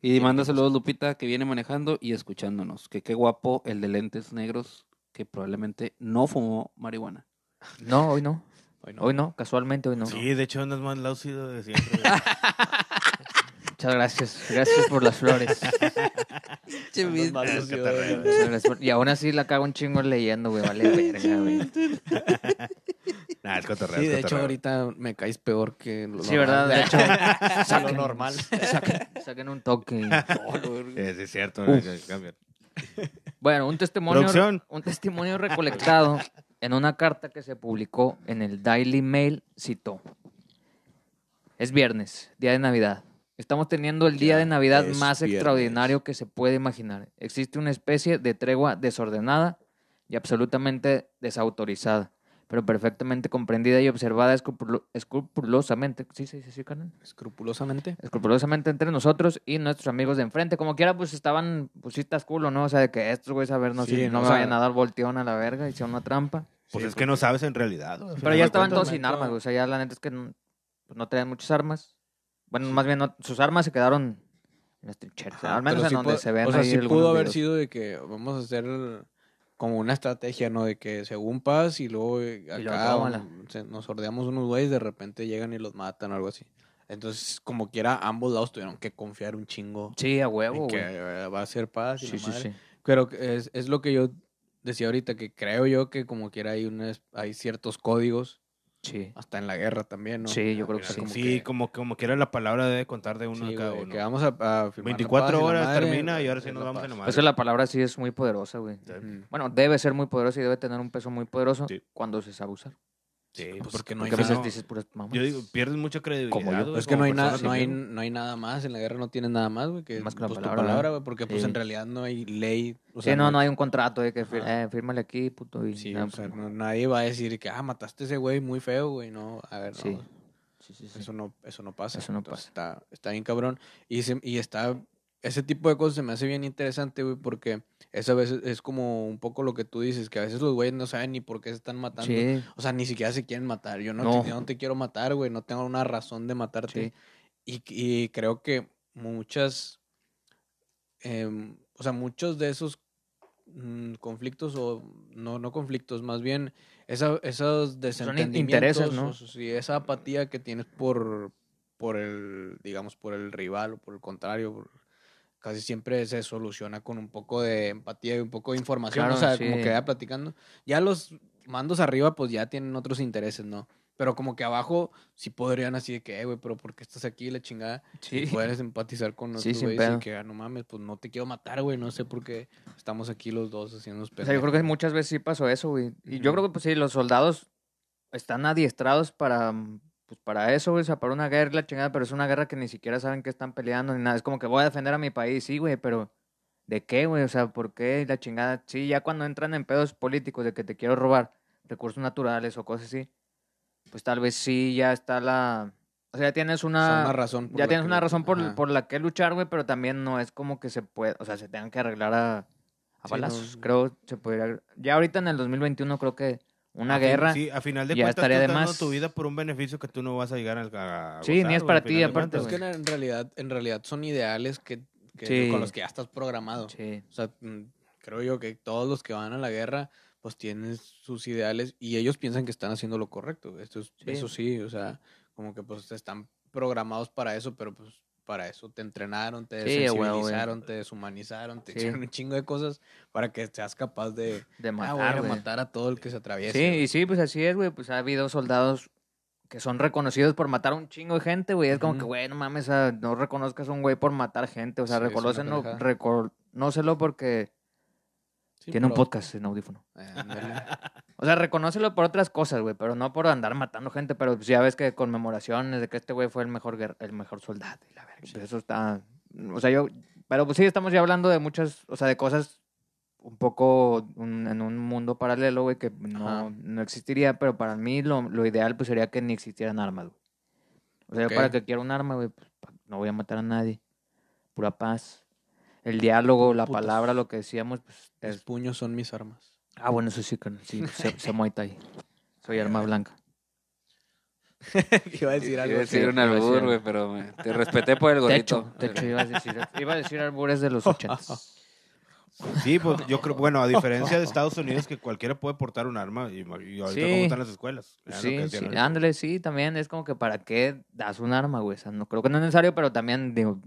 Y manda saludos Lupita que viene manejando y escuchándonos. Que qué guapo el de lentes negros que probablemente no fumó marihuana.
No, hoy no.
hoy no.
Hoy no, casualmente hoy no.
Sí, de hecho andas más lúcido de siempre. güey.
(laughs) Muchas gracias. Gracias por las flores.
Andas más lucido, güey.
catarreras.
Muchas gracias por- Y aún así la cago un chingo leyendo, güey. Vale, verga, güey.
nah, es cotorreo,
Sí,
es
de hecho
cotorreo.
ahorita me caes peor que lo
Sí, ¿verdad? De hecho,
O sea, lo
saquen-
normal.
Saquen, saquen un toque.
Sí, sí, es cierto.
Uf.
no, cambia.
Bueno, un testimonio,
Producción.
un testimonio recolectado en una carta que se publicó en el Daily Mail citó. Es viernes, día de Navidad. Estamos teniendo el día
Ya
de Navidad
es
más
viernes.
extraordinario que se puede imaginar. Existe una especie de tregua desordenada y absolutamente desautorizada, pero perfectamente comprendida y observada escrupulo- escrupulosamente. Sí, sí, sí, sí, carnal.
Escrupulosamente.
Escrupulosamente entre nosotros y nuestros amigos de enfrente. Como quiera, pues estaban pusitas culo, ¿no? O sea, de que estos güeyes a ver, no,
Sí,
si-
no,
no
o
me
sea-
vayan a dar volteón a la verga, hicieron una trampa.
Pues
Sí,
es que no sabes en realidad. güey, al
Pero
final
ya
de
estaban
cuentas.
todos sin armas, güey. O sea, ya la neta es que no, pues, no traían muchas armas. Bueno, más bien no- sus armas se quedaron en las trincheras.
Ajá,
al menos
pero
en
sí
donde
pudo-
se ven.
O sea,
ahí
sí
algunos
pudo haber
videos.
sido de que vamos a hacer como una estrategia, ¿no? De que según paz y luego eh, acá
luego tómala.
un- se- nos ordeamos unos güeyes, de repente llegan y los matan o algo así. Entonces, como quiera, ambos lados tuvieron que confiar un chingo.
Sí, a
en
huevo,
que
güey.
eh, va a ser paz. y
Sí,
la
sí,
madre.
sí.
Pero que es, es lo que yo decía ahorita, que creo yo que como quiera hay, unas, hay ciertos códigos,
Sí.
hasta en la guerra también, ¿no?
Sí, yo creo pues que
Mira,
sí.
como
sí,
que-
como, como quiera la palabra debe contar de
Sí,
uno a
güey,
cada uno.
que vamos a, a firmar la
24
paz y la
horas
madre,
termina y ahora sí
es
nos
la
vamos a
paz.
nomás.
Pues Es que la palabra sí es muy poderosa, güey.
Ujú.
Bueno, debe ser muy poderosa y debe tener un peso muy poderoso
Sí.
cuando se sabe usar.
Sí,
Pues
porque
que
no
no
hay
Porque a veces
nada.
dices puras mamás.
Yo digo, pierdes mucha credibilidad.
Como yo.
güey,
Es que
como
no hay, nada,
persona,
no, hay,
güey.
no hay nada más, en la guerra no tienes nada más, güey, que
Más que la
pues, tu
palabra,
palabra,
¿no?
güey, porque pues
Sí.
en realidad no hay ley. O
sí, no, no hay un contrato de que fir- eh, fírmale aquí, puto. Y
sí,
nada,
o sea,
pues,
no- nadie va a decir que, ah, mataste a ese güey muy feo, güey, no, a ver, no,
Sí. sí, sí, sí.
Eso no, eso no pasa.
Eso no
Está, está bien cabrón. Y, se- y está, ese tipo de cosas se me hace bien interesante, güey, porque eso a veces es como un poco lo que tú dices, que a veces los güeyes no saben ni por qué se están matando.
Sí.
O sea, ni siquiera se quieren matar. Yo no,
No.
Te, yo no te quiero matar, güey. No tengo una razón de matarte. Y, y creo que muchas. em, o sea, muchos de esos mm, conflictos, o no, no conflictos, más bien esa, esos desentendimientos.
Pues intereses, ¿no?
o sea, sí, esa apatía que tienes por, por el, digamos, por el rival o por el contrario. por- casi siempre se soluciona con un poco de empatía y un poco de información.
Claro,
o sea, como
sí.
que vaya platicando. Ya los mandos arriba, pues ya tienen otros intereses, ¿no? Pero como que abajo sí podrían así de que, "Eh, güey, pero ¿por qué estás aquí? La chingada.
Sí.
Y Puedes empatizar con
Sí,
nosotros,
sin
güeyes,
pedo.
y que, "Ah, no mames, pues no te quiero matar, güey. No sé por qué estamos aquí los dos haciendo los
O sea, yo creo que muchas veces sí pasó eso, güey. Y yo creo que, pues sí, los soldados están adiestrados para, mm, pues, para eso, güey. O sea, para una guerra, y la chingada, pero es una guerra que ni siquiera saben que están peleando ni nada. Es como que voy a defender a mi país, sí, güey, pero ¿de qué, güey? O sea, ¿por qué la chingada? Sí, ya cuando entran en pedos políticos de que te quiero robar recursos naturales o cosas así, pues tal vez sí ya está la. O sea, ya tienes
Son
una.
una razón. por
ya
la
tienes
que-
una razón por,
Ajá.
por la que luchar, güey, pero también no es como que se puede, o sea, se tengan que arreglar a, a
Sí,
balazos.
no.
Creo se podría. Ya ahorita en el 2021 creo que una
Ah,
A fin-
guerra.
Sí, a final de
ya
cuentas tú
estaría de
estás dando
más.
tu vida por un beneficio que tú no vas a llegar a, a
Sí, ni es para ti,
Sí,
aparte,
Es
güey.
que en- en realidad, en realidad son ideales que, que-
Sí.
con los que ya estás programado.
Sí.
O sea, mm, creo yo que todos los que van a la guerra, pues tienen sus ideales y ellos piensan que están haciendo lo correcto. Esto es-
Sí.
Eso sí, o sea, como que pues están programados para eso, pero pues para eso te entrenaron, te
Sí, a huevo, güey.
sensibilizaron, te deshumanizaron, te
Sí.
hicieron un chingo de cosas para que seas capaz de
De
"Ah, voy a ir
matar,
a
güey.
matar a todo el que se atraviese.
Sí, y sí, pues así es, güey. Pues ha habido soldados que son reconocidos por matar a un chingo de gente, güey. Es como que,
Ujú.
güey, no mames, a- no reconozcas a un güey por matar gente. O sea,
Sí, es una
reconócenlo,
pendejada.
reconócelo porque
Sí,
tiene un
pero-
podcast en audífono.
Eh, ándale.
(laughs) O sea, reconócelo por otras cosas, güey, pero no por andar matando gente, pero pues, ya ves que conmemoraciones de que este güey fue el mejor guerr- el mejor soldado y la verga, pues, eso está o sea, yo pero pues sí estamos ya hablando de muchas, o sea, de cosas un poco un- en un mundo paralelo, güey, que no,
Ajá.
no existiría, pero para mí lo, lo ideal pues sería que ni existieran armas, güey. O sea, yo
Ok.
para que quiera un arma, güey, pues, pa- no voy a matar a nadie. Pura paz. El diálogo, la
Putas.
palabra, lo que decíamos, pues es
Mis puños son mis armas.
Ah, bueno, eso sí, carnal. Sí, se, se Muay Thai. Soy arma blanca.
Iba a decir (laughs)
Iba a
algo.
decir
así.
(laughs)
un
iba a decir
albur,
algo.
güey, pero me- te respeté por el gorrito.
Techo, techo, iba a decir. Iba a decir albures
(laughs)
de los ochentas.
Sí, pues yo creo, bueno,
(laughs)
a diferencia de Estados Unidos, que cualquiera puede portar un arma y, y ahorita
Sí.
cómo están las escuelas. Era lo que
Sí, Ah,
decían
sí,
ahorita.
ándale, sí, también es como que para qué das un arma, güey. O sea, no creo que no es necesario, pero también, digo,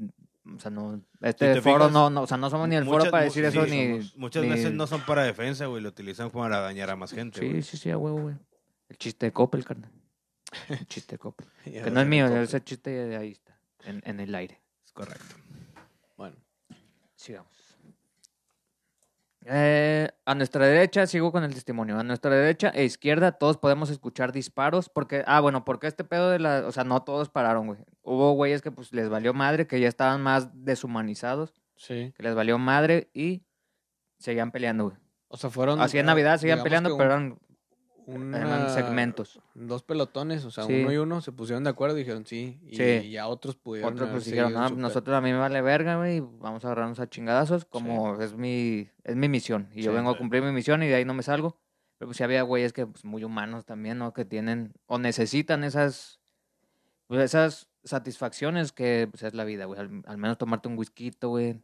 o sea, no, este
te
foro
fijas,
no, no, o sea, no somos ni el foro
Muchas-
para
mu-
decir
sí,
eso, ni.
somos- Muchas
ni-
veces no son para defensa, güey, lo utilizan para dañar a más gente,
Sí,
güey.
sí, sí, a huevo, güey. El chiste de Coppel, carnal. El chiste de
(laughs)
Coppel.
Ya
que
ves,
no es mío,
entonces,
ese chiste de ahí está, en, en el aire.
Es correcto.
Bueno,
Sigamos. Eh, a nuestra derecha, sigo con el testimonio. A nuestra derecha e izquierda, todos podemos escuchar disparos. Porque, ah, bueno, porque este pedo de la. O sea, no todos pararon, güey. Hubo güeyes que pues les valió madre, que ya estaban más deshumanizados,
sí.
que les valió madre y seguían peleando, güey.
O sea, fueron.
Así en
ah,
Navidad
digamos
seguían peleando,
que un-
pero eran
una-
Eran segmentos.
Dos pelotones, o sea,
Sí.
uno y uno se pusieron de acuerdo y dijeron sí. Y
Sí.
ya otros pudieron.
Otros
haber
pues dijeron,
seguido
"Ah,
su pe-
nosotros a mí me vale verga, güey, vamos a agarrarnos a chingadazos, como es mi es mi misión. Y yo
Sí,
vengo a
sí.
cumplir mi misión y de ahí no me salgo. Pero pues sí había güeyes que pues, muy humanos también, ¿no? Que tienen o necesitan esas, pues, esas satisfacciones que pues, es la vida, güey. Al, al menos tomarte un whisky, güey.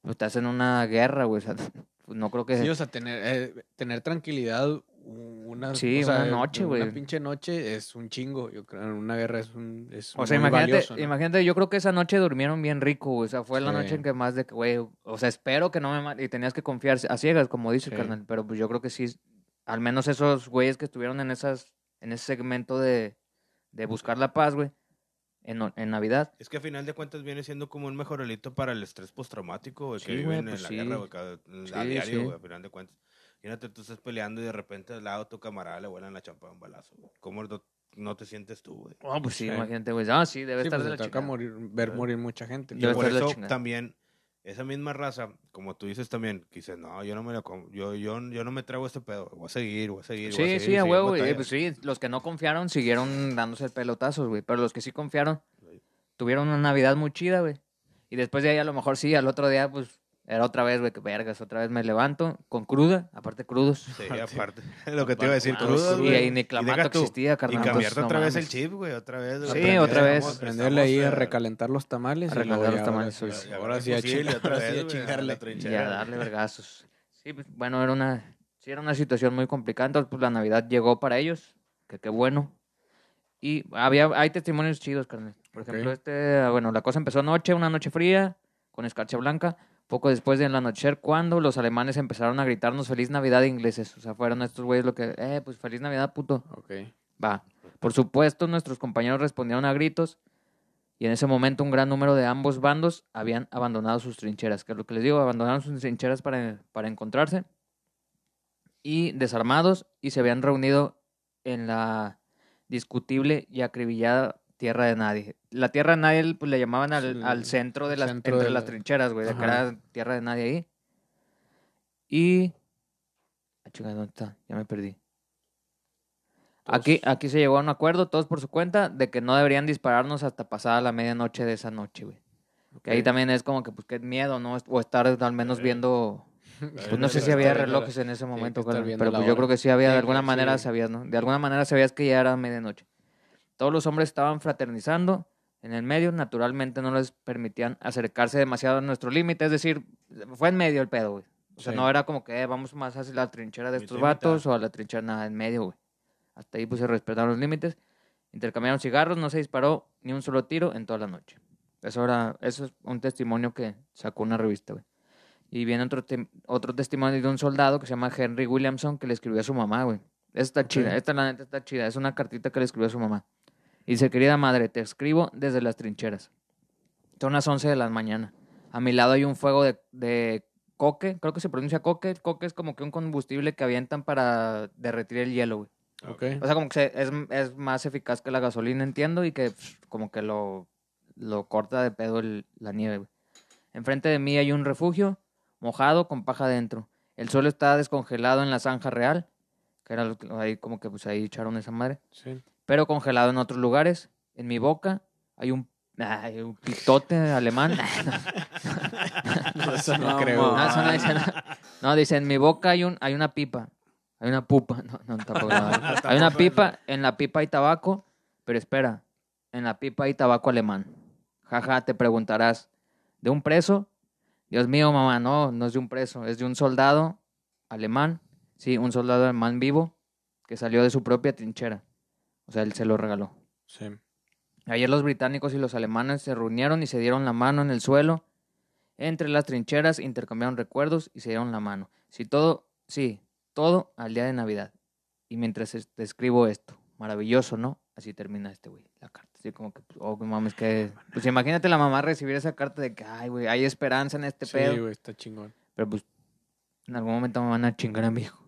Pues estás en una guerra, güey. o sea, (laughs) pues, no creo que...
Sí, o sea, tener, eh, tener tranquilidad una,
Sí,
o sea, eh,
una noche, güey.
Una pinche noche es un chingo. Yo creo en una guerra es un. Es
O sea,
muy
imagínate,
valioso, ¿no?
imagínate, yo creo que esa noche durmieron bien rico, güey. O sea, fue la
Sí.
noche en que más de que, güey, o sea, espero que no me maten. Y tenías que confiar a ciegas, como dice
Sí.
carnal. Pero pues yo creo que sí, al menos esos güeyes que estuvieron en esas, en ese segmento de, de buscar la paz, güey, en, o- en Navidad.
Es que a final de cuentas viene siendo como un mejorelito para el estrés postraumático güey, que
Sí, güey,
viven
pues
en la
sí.
guerra, güey, cada- a
Sí,
diario,
sí.
güey, a final de cuentas. Fíjate, tú estás peleando y de repente al lado de tu camarada le vuelan la champa de un balazo. güey. ¿Cómo no, no te sientes tú, güey?
Oh, pues sí,
Sí.
imagínate, güey. Ah, sí, debe
Sí,
estar
pues,
de
te
la
toca
chingada.
morir, ver morir mucha gente.
Y
Debe
Pero
por
estar de la
eso
chingada.
también, esa misma raza, como tú dices también, que dices, no, yo no me la como, yo, yo, yo no me trago este pedo, voy a seguir, voy a seguir. voy
Sí,
seguir,
sí, a
seguir
huevo. güey.
batalla".
Eh, pues sí, los que no confiaron siguieron dándose pelotazos, güey. Pero los que sí confiaron
Sí.
tuvieron una Navidad muy chida, güey. Y después de ahí, a lo mejor sí, al otro día, pues era otra vez, güey, que vergas, otra vez me levanto con cruda, aparte crudos. (laughs)
Sí, aparte, (laughs) lo que te iba a decir,
Aparte,
crudos,
sí,
güey.
ahí ni clamato
deja tú,
existía, carnal,
Y cambiarte
entonces, no
otra vez el
mames.
chip, güey, otra vez.
Sí,
güey.
otra vez.
Estamos-
Aprenderle ahí a
estamos, eh,
recalentar los tamales. y
a recalentar
luego
los
ya
tamales,
Ahora,
sí.
sí- ahora sí, a
Imposible,
chingar-
otra
ahora sí
vez,
a
güey,
chingarle.
la
Y
trinchera.
a darle vergazos. Sí, pues bueno, era una, sí, era una situación muy complicada. Entonces, pues la Navidad llegó para ellos, que qué bueno. Y había, hay testimonios chidos, carnal. Por
Ok.
ejemplo, este, bueno, la cosa empezó anoche, una noche fría, con escarcha blanca. Poco después del anochecer, cuando los alemanes empezaron a gritarnos Feliz Navidad ingleses. O sea, fueron estos güeyes lo que, eh, pues Feliz Navidad, puto.
Ok.
Va. Por supuesto, nuestros compañeros respondieron a gritos y en ese momento un gran número de ambos bandos habían abandonado sus trincheras, que es lo que les digo, abandonaron sus trincheras para, para encontrarse y desarmados y se habían reunido en la discutible y acribillada tierra de nadie. La tierra de nadie pues, le llamaban al,
Sí,
al centro de las,
centro
entre
de
las
la-
trincheras, güey, de que
Ajá.
era tierra de nadie ahí. Y... Ah, chinga, ¿dónde está? Ya me perdí. Aquí,
Entonces,
aquí se llegó a un acuerdo, todos por su cuenta, de que no deberían dispararnos hasta pasada la medianoche de esa noche, güey. Que ahí
ok.
también es como que, pues, qué miedo, ¿no? O estar al menos
Sí.
viendo... Pues no sé
Pero
si
está
había
viendo la-
relojes en ese
que
momento,
estar
carnal,
viendo
pero
la
pues yo
hora.
creo que sí había, de
Sí,
alguna
sí.
manera sabías, ¿no? De alguna manera sabías que ya era medianoche. Todos los hombres estaban fraternizando en el medio, naturalmente no les permitían acercarse demasiado a nuestro límite, es decir, fue en medio el pedo, güey. O sea,
Sí.
no era como que eh, vamos más hacia la trinchera de
Mitad
estos
y mitad.
vatos o a la trinchera nada, en medio, güey. Hasta ahí pues se respetaron los límites, intercambiaron cigarros, no se disparó ni un solo tiro en toda la noche. Eso, era, eso es un testimonio que sacó una revista, güey. Y viene otro, tem- otro testimonio de un soldado que se llama Henry Williamson que le escribió a su mamá, güey. Esta está chida, esta la neta está chida. Es una cartita que le escribió a su mamá. Y dice, querida madre, te escribo desde las trincheras. Son las 11 de la mañana. A mi lado hay un fuego de, de coque, creo que se pronuncia coque. El coque es como que un combustible que avientan para derretir el hielo, güey.
Ok.
O sea, como que se- es, es más eficaz que la gasolina, entiendo, y que pf, como que lo, lo corta de pedo el- la nieve. güey. Enfrente de mí hay un refugio, mojado, con paja adentro. El suelo está descongelado en la zanja real, que era lo que- ahí como que pues ahí echaron esa madre,
(laughs)
Sí.
pero congelado en otros lugares. En mi boca hay un, ay, un pitote alemán.
No, eso no
No,
creo.
No, eso Ah, no dice nada. No, dice, en mi boca hay, un, hay una pipa. Hay una pupa. (laughs) No, no, tampoco. no. Hay una pipa, en la pipa hay tabaco, pero espera, en la pipa hay tabaco alemán. Jaja, te preguntarás, ¿de un preso? Dios mío, mamá, no, no es de un preso, es de un soldado alemán. Sí, un soldado alemán vivo que salió de su propia trinchera. O sea, él se lo regaló.
Sí.
Ayer los británicos y los alemanes se reunieron y se dieron la mano en el suelo. Entre las trincheras intercambiaron recuerdos y se dieron la mano. Si todo, sí, todo al día de Navidad. Y mientras es- te escribo esto, maravilloso, ¿no? Así termina este güey, la carta. Así como que, pues, oh, mames, que. Pues imagínate la mamá recibir esa carta de que, ay, güey, hay esperanza en este
Sí,
pedo.
güey, está chingón.
Pero pues, en algún momento me van a chingar a mi hijo.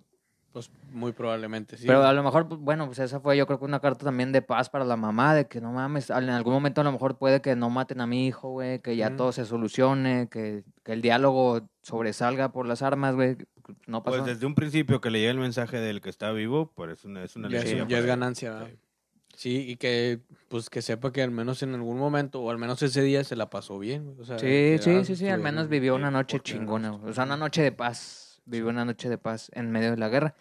Pues muy probablemente sí.
Pero a lo mejor, pues, bueno, pues esa fue yo creo que una carta también de paz para la mamá, de que no mames, al- en algún momento a lo mejor puede que no maten a mi hijo, güey, que ya
Ujú.
todo se solucione, que, que el diálogo sobresalga por las armas, güey. no pasó.
Pues desde un principio que le llega el mensaje del que está vivo, pues es una, es una pues.
Ya, es,
alegría
ya es
para-
ganancia, ¿verdad? Sí, y que pues que sepa que al menos en algún momento, o al menos ese día se la pasó bien. güey. O sea,
sí,
que
sí,
era-
sí, sí, al
estuvieron
menos vivió una
bien,
noche
porque-
chingona. güey. O sea, una noche de paz. Vivió una noche de paz en medio de la guerra.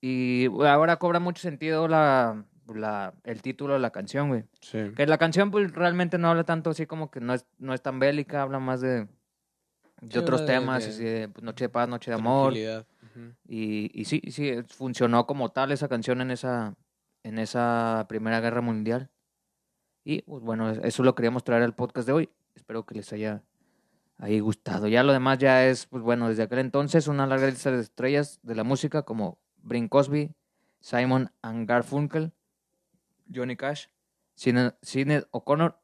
Y güey, ahora cobra mucho sentido la, la- el título de la canción, güey.
Sí.
Que la canción pues realmente no habla tanto así como que no es, no es tan bélica, habla más de, de
Sí,
otros
habla de-
temas,
de-
así de, pues, noche de paz, noche de amor.
Tranquilidad. Ujú.
Y, y sí, sí, es- funcionó como tal esa canción en esa, en esa Primera Guerra Mundial. Y pues, bueno, es- eso lo queríamos traer al podcast de hoy. Espero que les haya ahí gustado. Ya lo demás ya es, pues bueno, desde aquel entonces una larga lista de estrellas de la música como Brin Cosby, Simon and Garfunkel, Johnny Cash, Sinead O'Connor,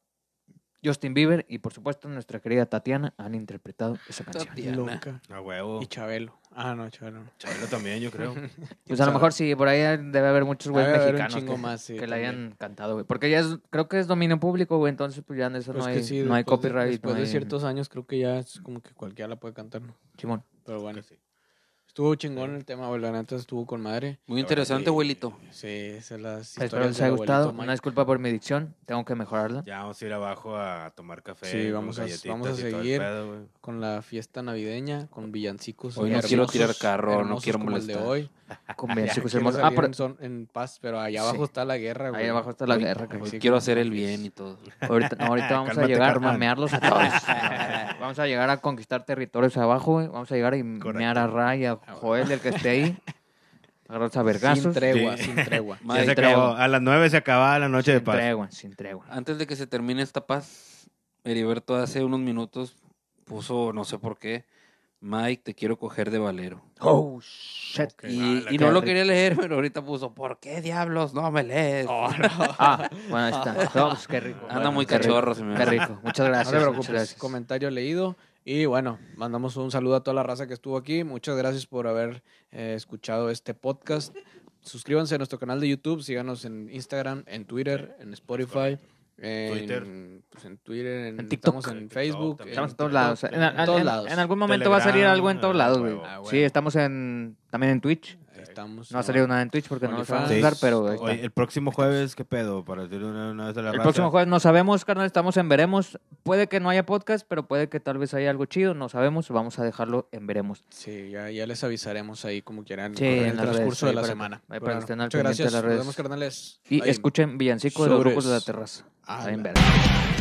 Justin Bieber y por supuesto nuestra querida Tatiana han interpretado esa canción.
Loca.
A
Oh.
huevo.
Y Chabelo. Ah, no, Chabelo. no.
Chabelo también, yo
(laughs)
creo.
Pues a lo
Sabe.
mejor sí, por ahí debe haber muchos güeyes
Debe haber un
mexicanos
chingo
que,
más, sí,
que la
también.
hayan cantado, güey. Porque ya es, creo que es dominio público, güey, entonces pues ya en eso
Pues
no,
que
hay,
sí,
no hay
después de-
copyright. no
después de
hay-
ciertos años creo que ya es como que cualquiera la puede cantar, ¿no?
Simón.
Pero bueno.
Que sí.
Estuvo chingón el tema, güey. La neta estuvo con madre.
Muy interesante,
Sí.
abuelito.
Sí, esas son las
Espero
historias
les haya
del abuelito
gustado.
Mike.
Una disculpa por mi dicción, tengo que mejorarla.
Ya vamos a ir abajo a tomar café.
Sí,
con
vamos a-
galletitas
vamos a
y todo el
seguir.
pedo, güey.
Con la fiesta navideña, con villancicos.
Hoy no quiero tirar carro, no
hermosos
quiero
como el de
molestar.
hoy.
Con villancicos
Quiero
hermosos. Ah,
salir
pero
en, son- en paz, pero allá
Sí.
abajo está la guerra, güey.
ahí abajo está la guerra. cabrón.
Sí,
Quiero
como
hacer el
que
bien
es-
y todo.
Ahorita,
(laughs)
no, ahorita vamos a
Cálmate,
llegar a
Carmen.
mearlos a todos. Vamos a llegar a conquistar territorios abajo, güey. Vamos a llegar y mear a Ray, a Joel, el que
(laughs)
esté ahí. Agarrarse a
Ah, Sin
vergazos.
tregua,
Sí.
sin tregua.
Madre,
ya se
tregua.
acabó. A las nueve se acababa la noche de
Sin
paz.
tregua, sin tregua.
Antes de que se termine esta paz, Heriberto hace unos minutos puso, no sé por qué, Mike, te quiero coger de valero.
Oh, shit.
Ok.
Y,
mala, qué
y no lo
rico.
quería leer, (laughs) pero ahorita puso, ¿por qué diablos no me lees?
Ah, bueno, ahí está. No, pues, qué rico.
Anda
Bueno,
muy
qué rico,
cachorro, se me
Qué
hace.
rico. Muchas
No
(laughs) gracias.
te
muchas
preocupes,
gracias.
comentario leído. Y bueno, mandamos un saludo a toda la raza que estuvo aquí. Muchas gracias por haber eh, escuchado este podcast. Suscríbanse a nuestro canal de YouTube, síganos en Instagram, en Twitter, en Spotify, en
Twitter.
pues, en Twitter, en,
En TikTok.
estamos en
En TikTok
Facebook,
también.
Estamos en
en
todos lados. En,
TikTok,
en-
en todos
en-
lados.
en algún momento va a salir
Telegram,
algo en todos lados, güey.
huevo. Ah,
Sí, estamos en, también en Twitch.
Ahí Estamos.
No ha salido nada en Twitch porque no lo sabemos
OnlyFans.
usar, pero ahí está.
Oye, el próximo jueves, ¿qué pedo? Para decirle una, una vez a la
El
raza.
próximo jueves no sabemos, carnal, estamos en veremos. Puede que no haya podcast, pero puede que tal vez haya algo chido, no sabemos, vamos a dejarlo en veremos.
Sí, ya, ya les avisaremos ahí como quieran
Sí,
en
en
el
las redes,
transcurso
ahí
de la
para que-
semana.
ahí para que
Bueno,
estén al
muchas
pendiente de
gracias.
las
Nos
redes.
vemos, carnales.
Y
Ahí.
escuchen Villancico de los
Sobres.
Ah,
Locos de la Terraza. Está bien
Ala.
verga.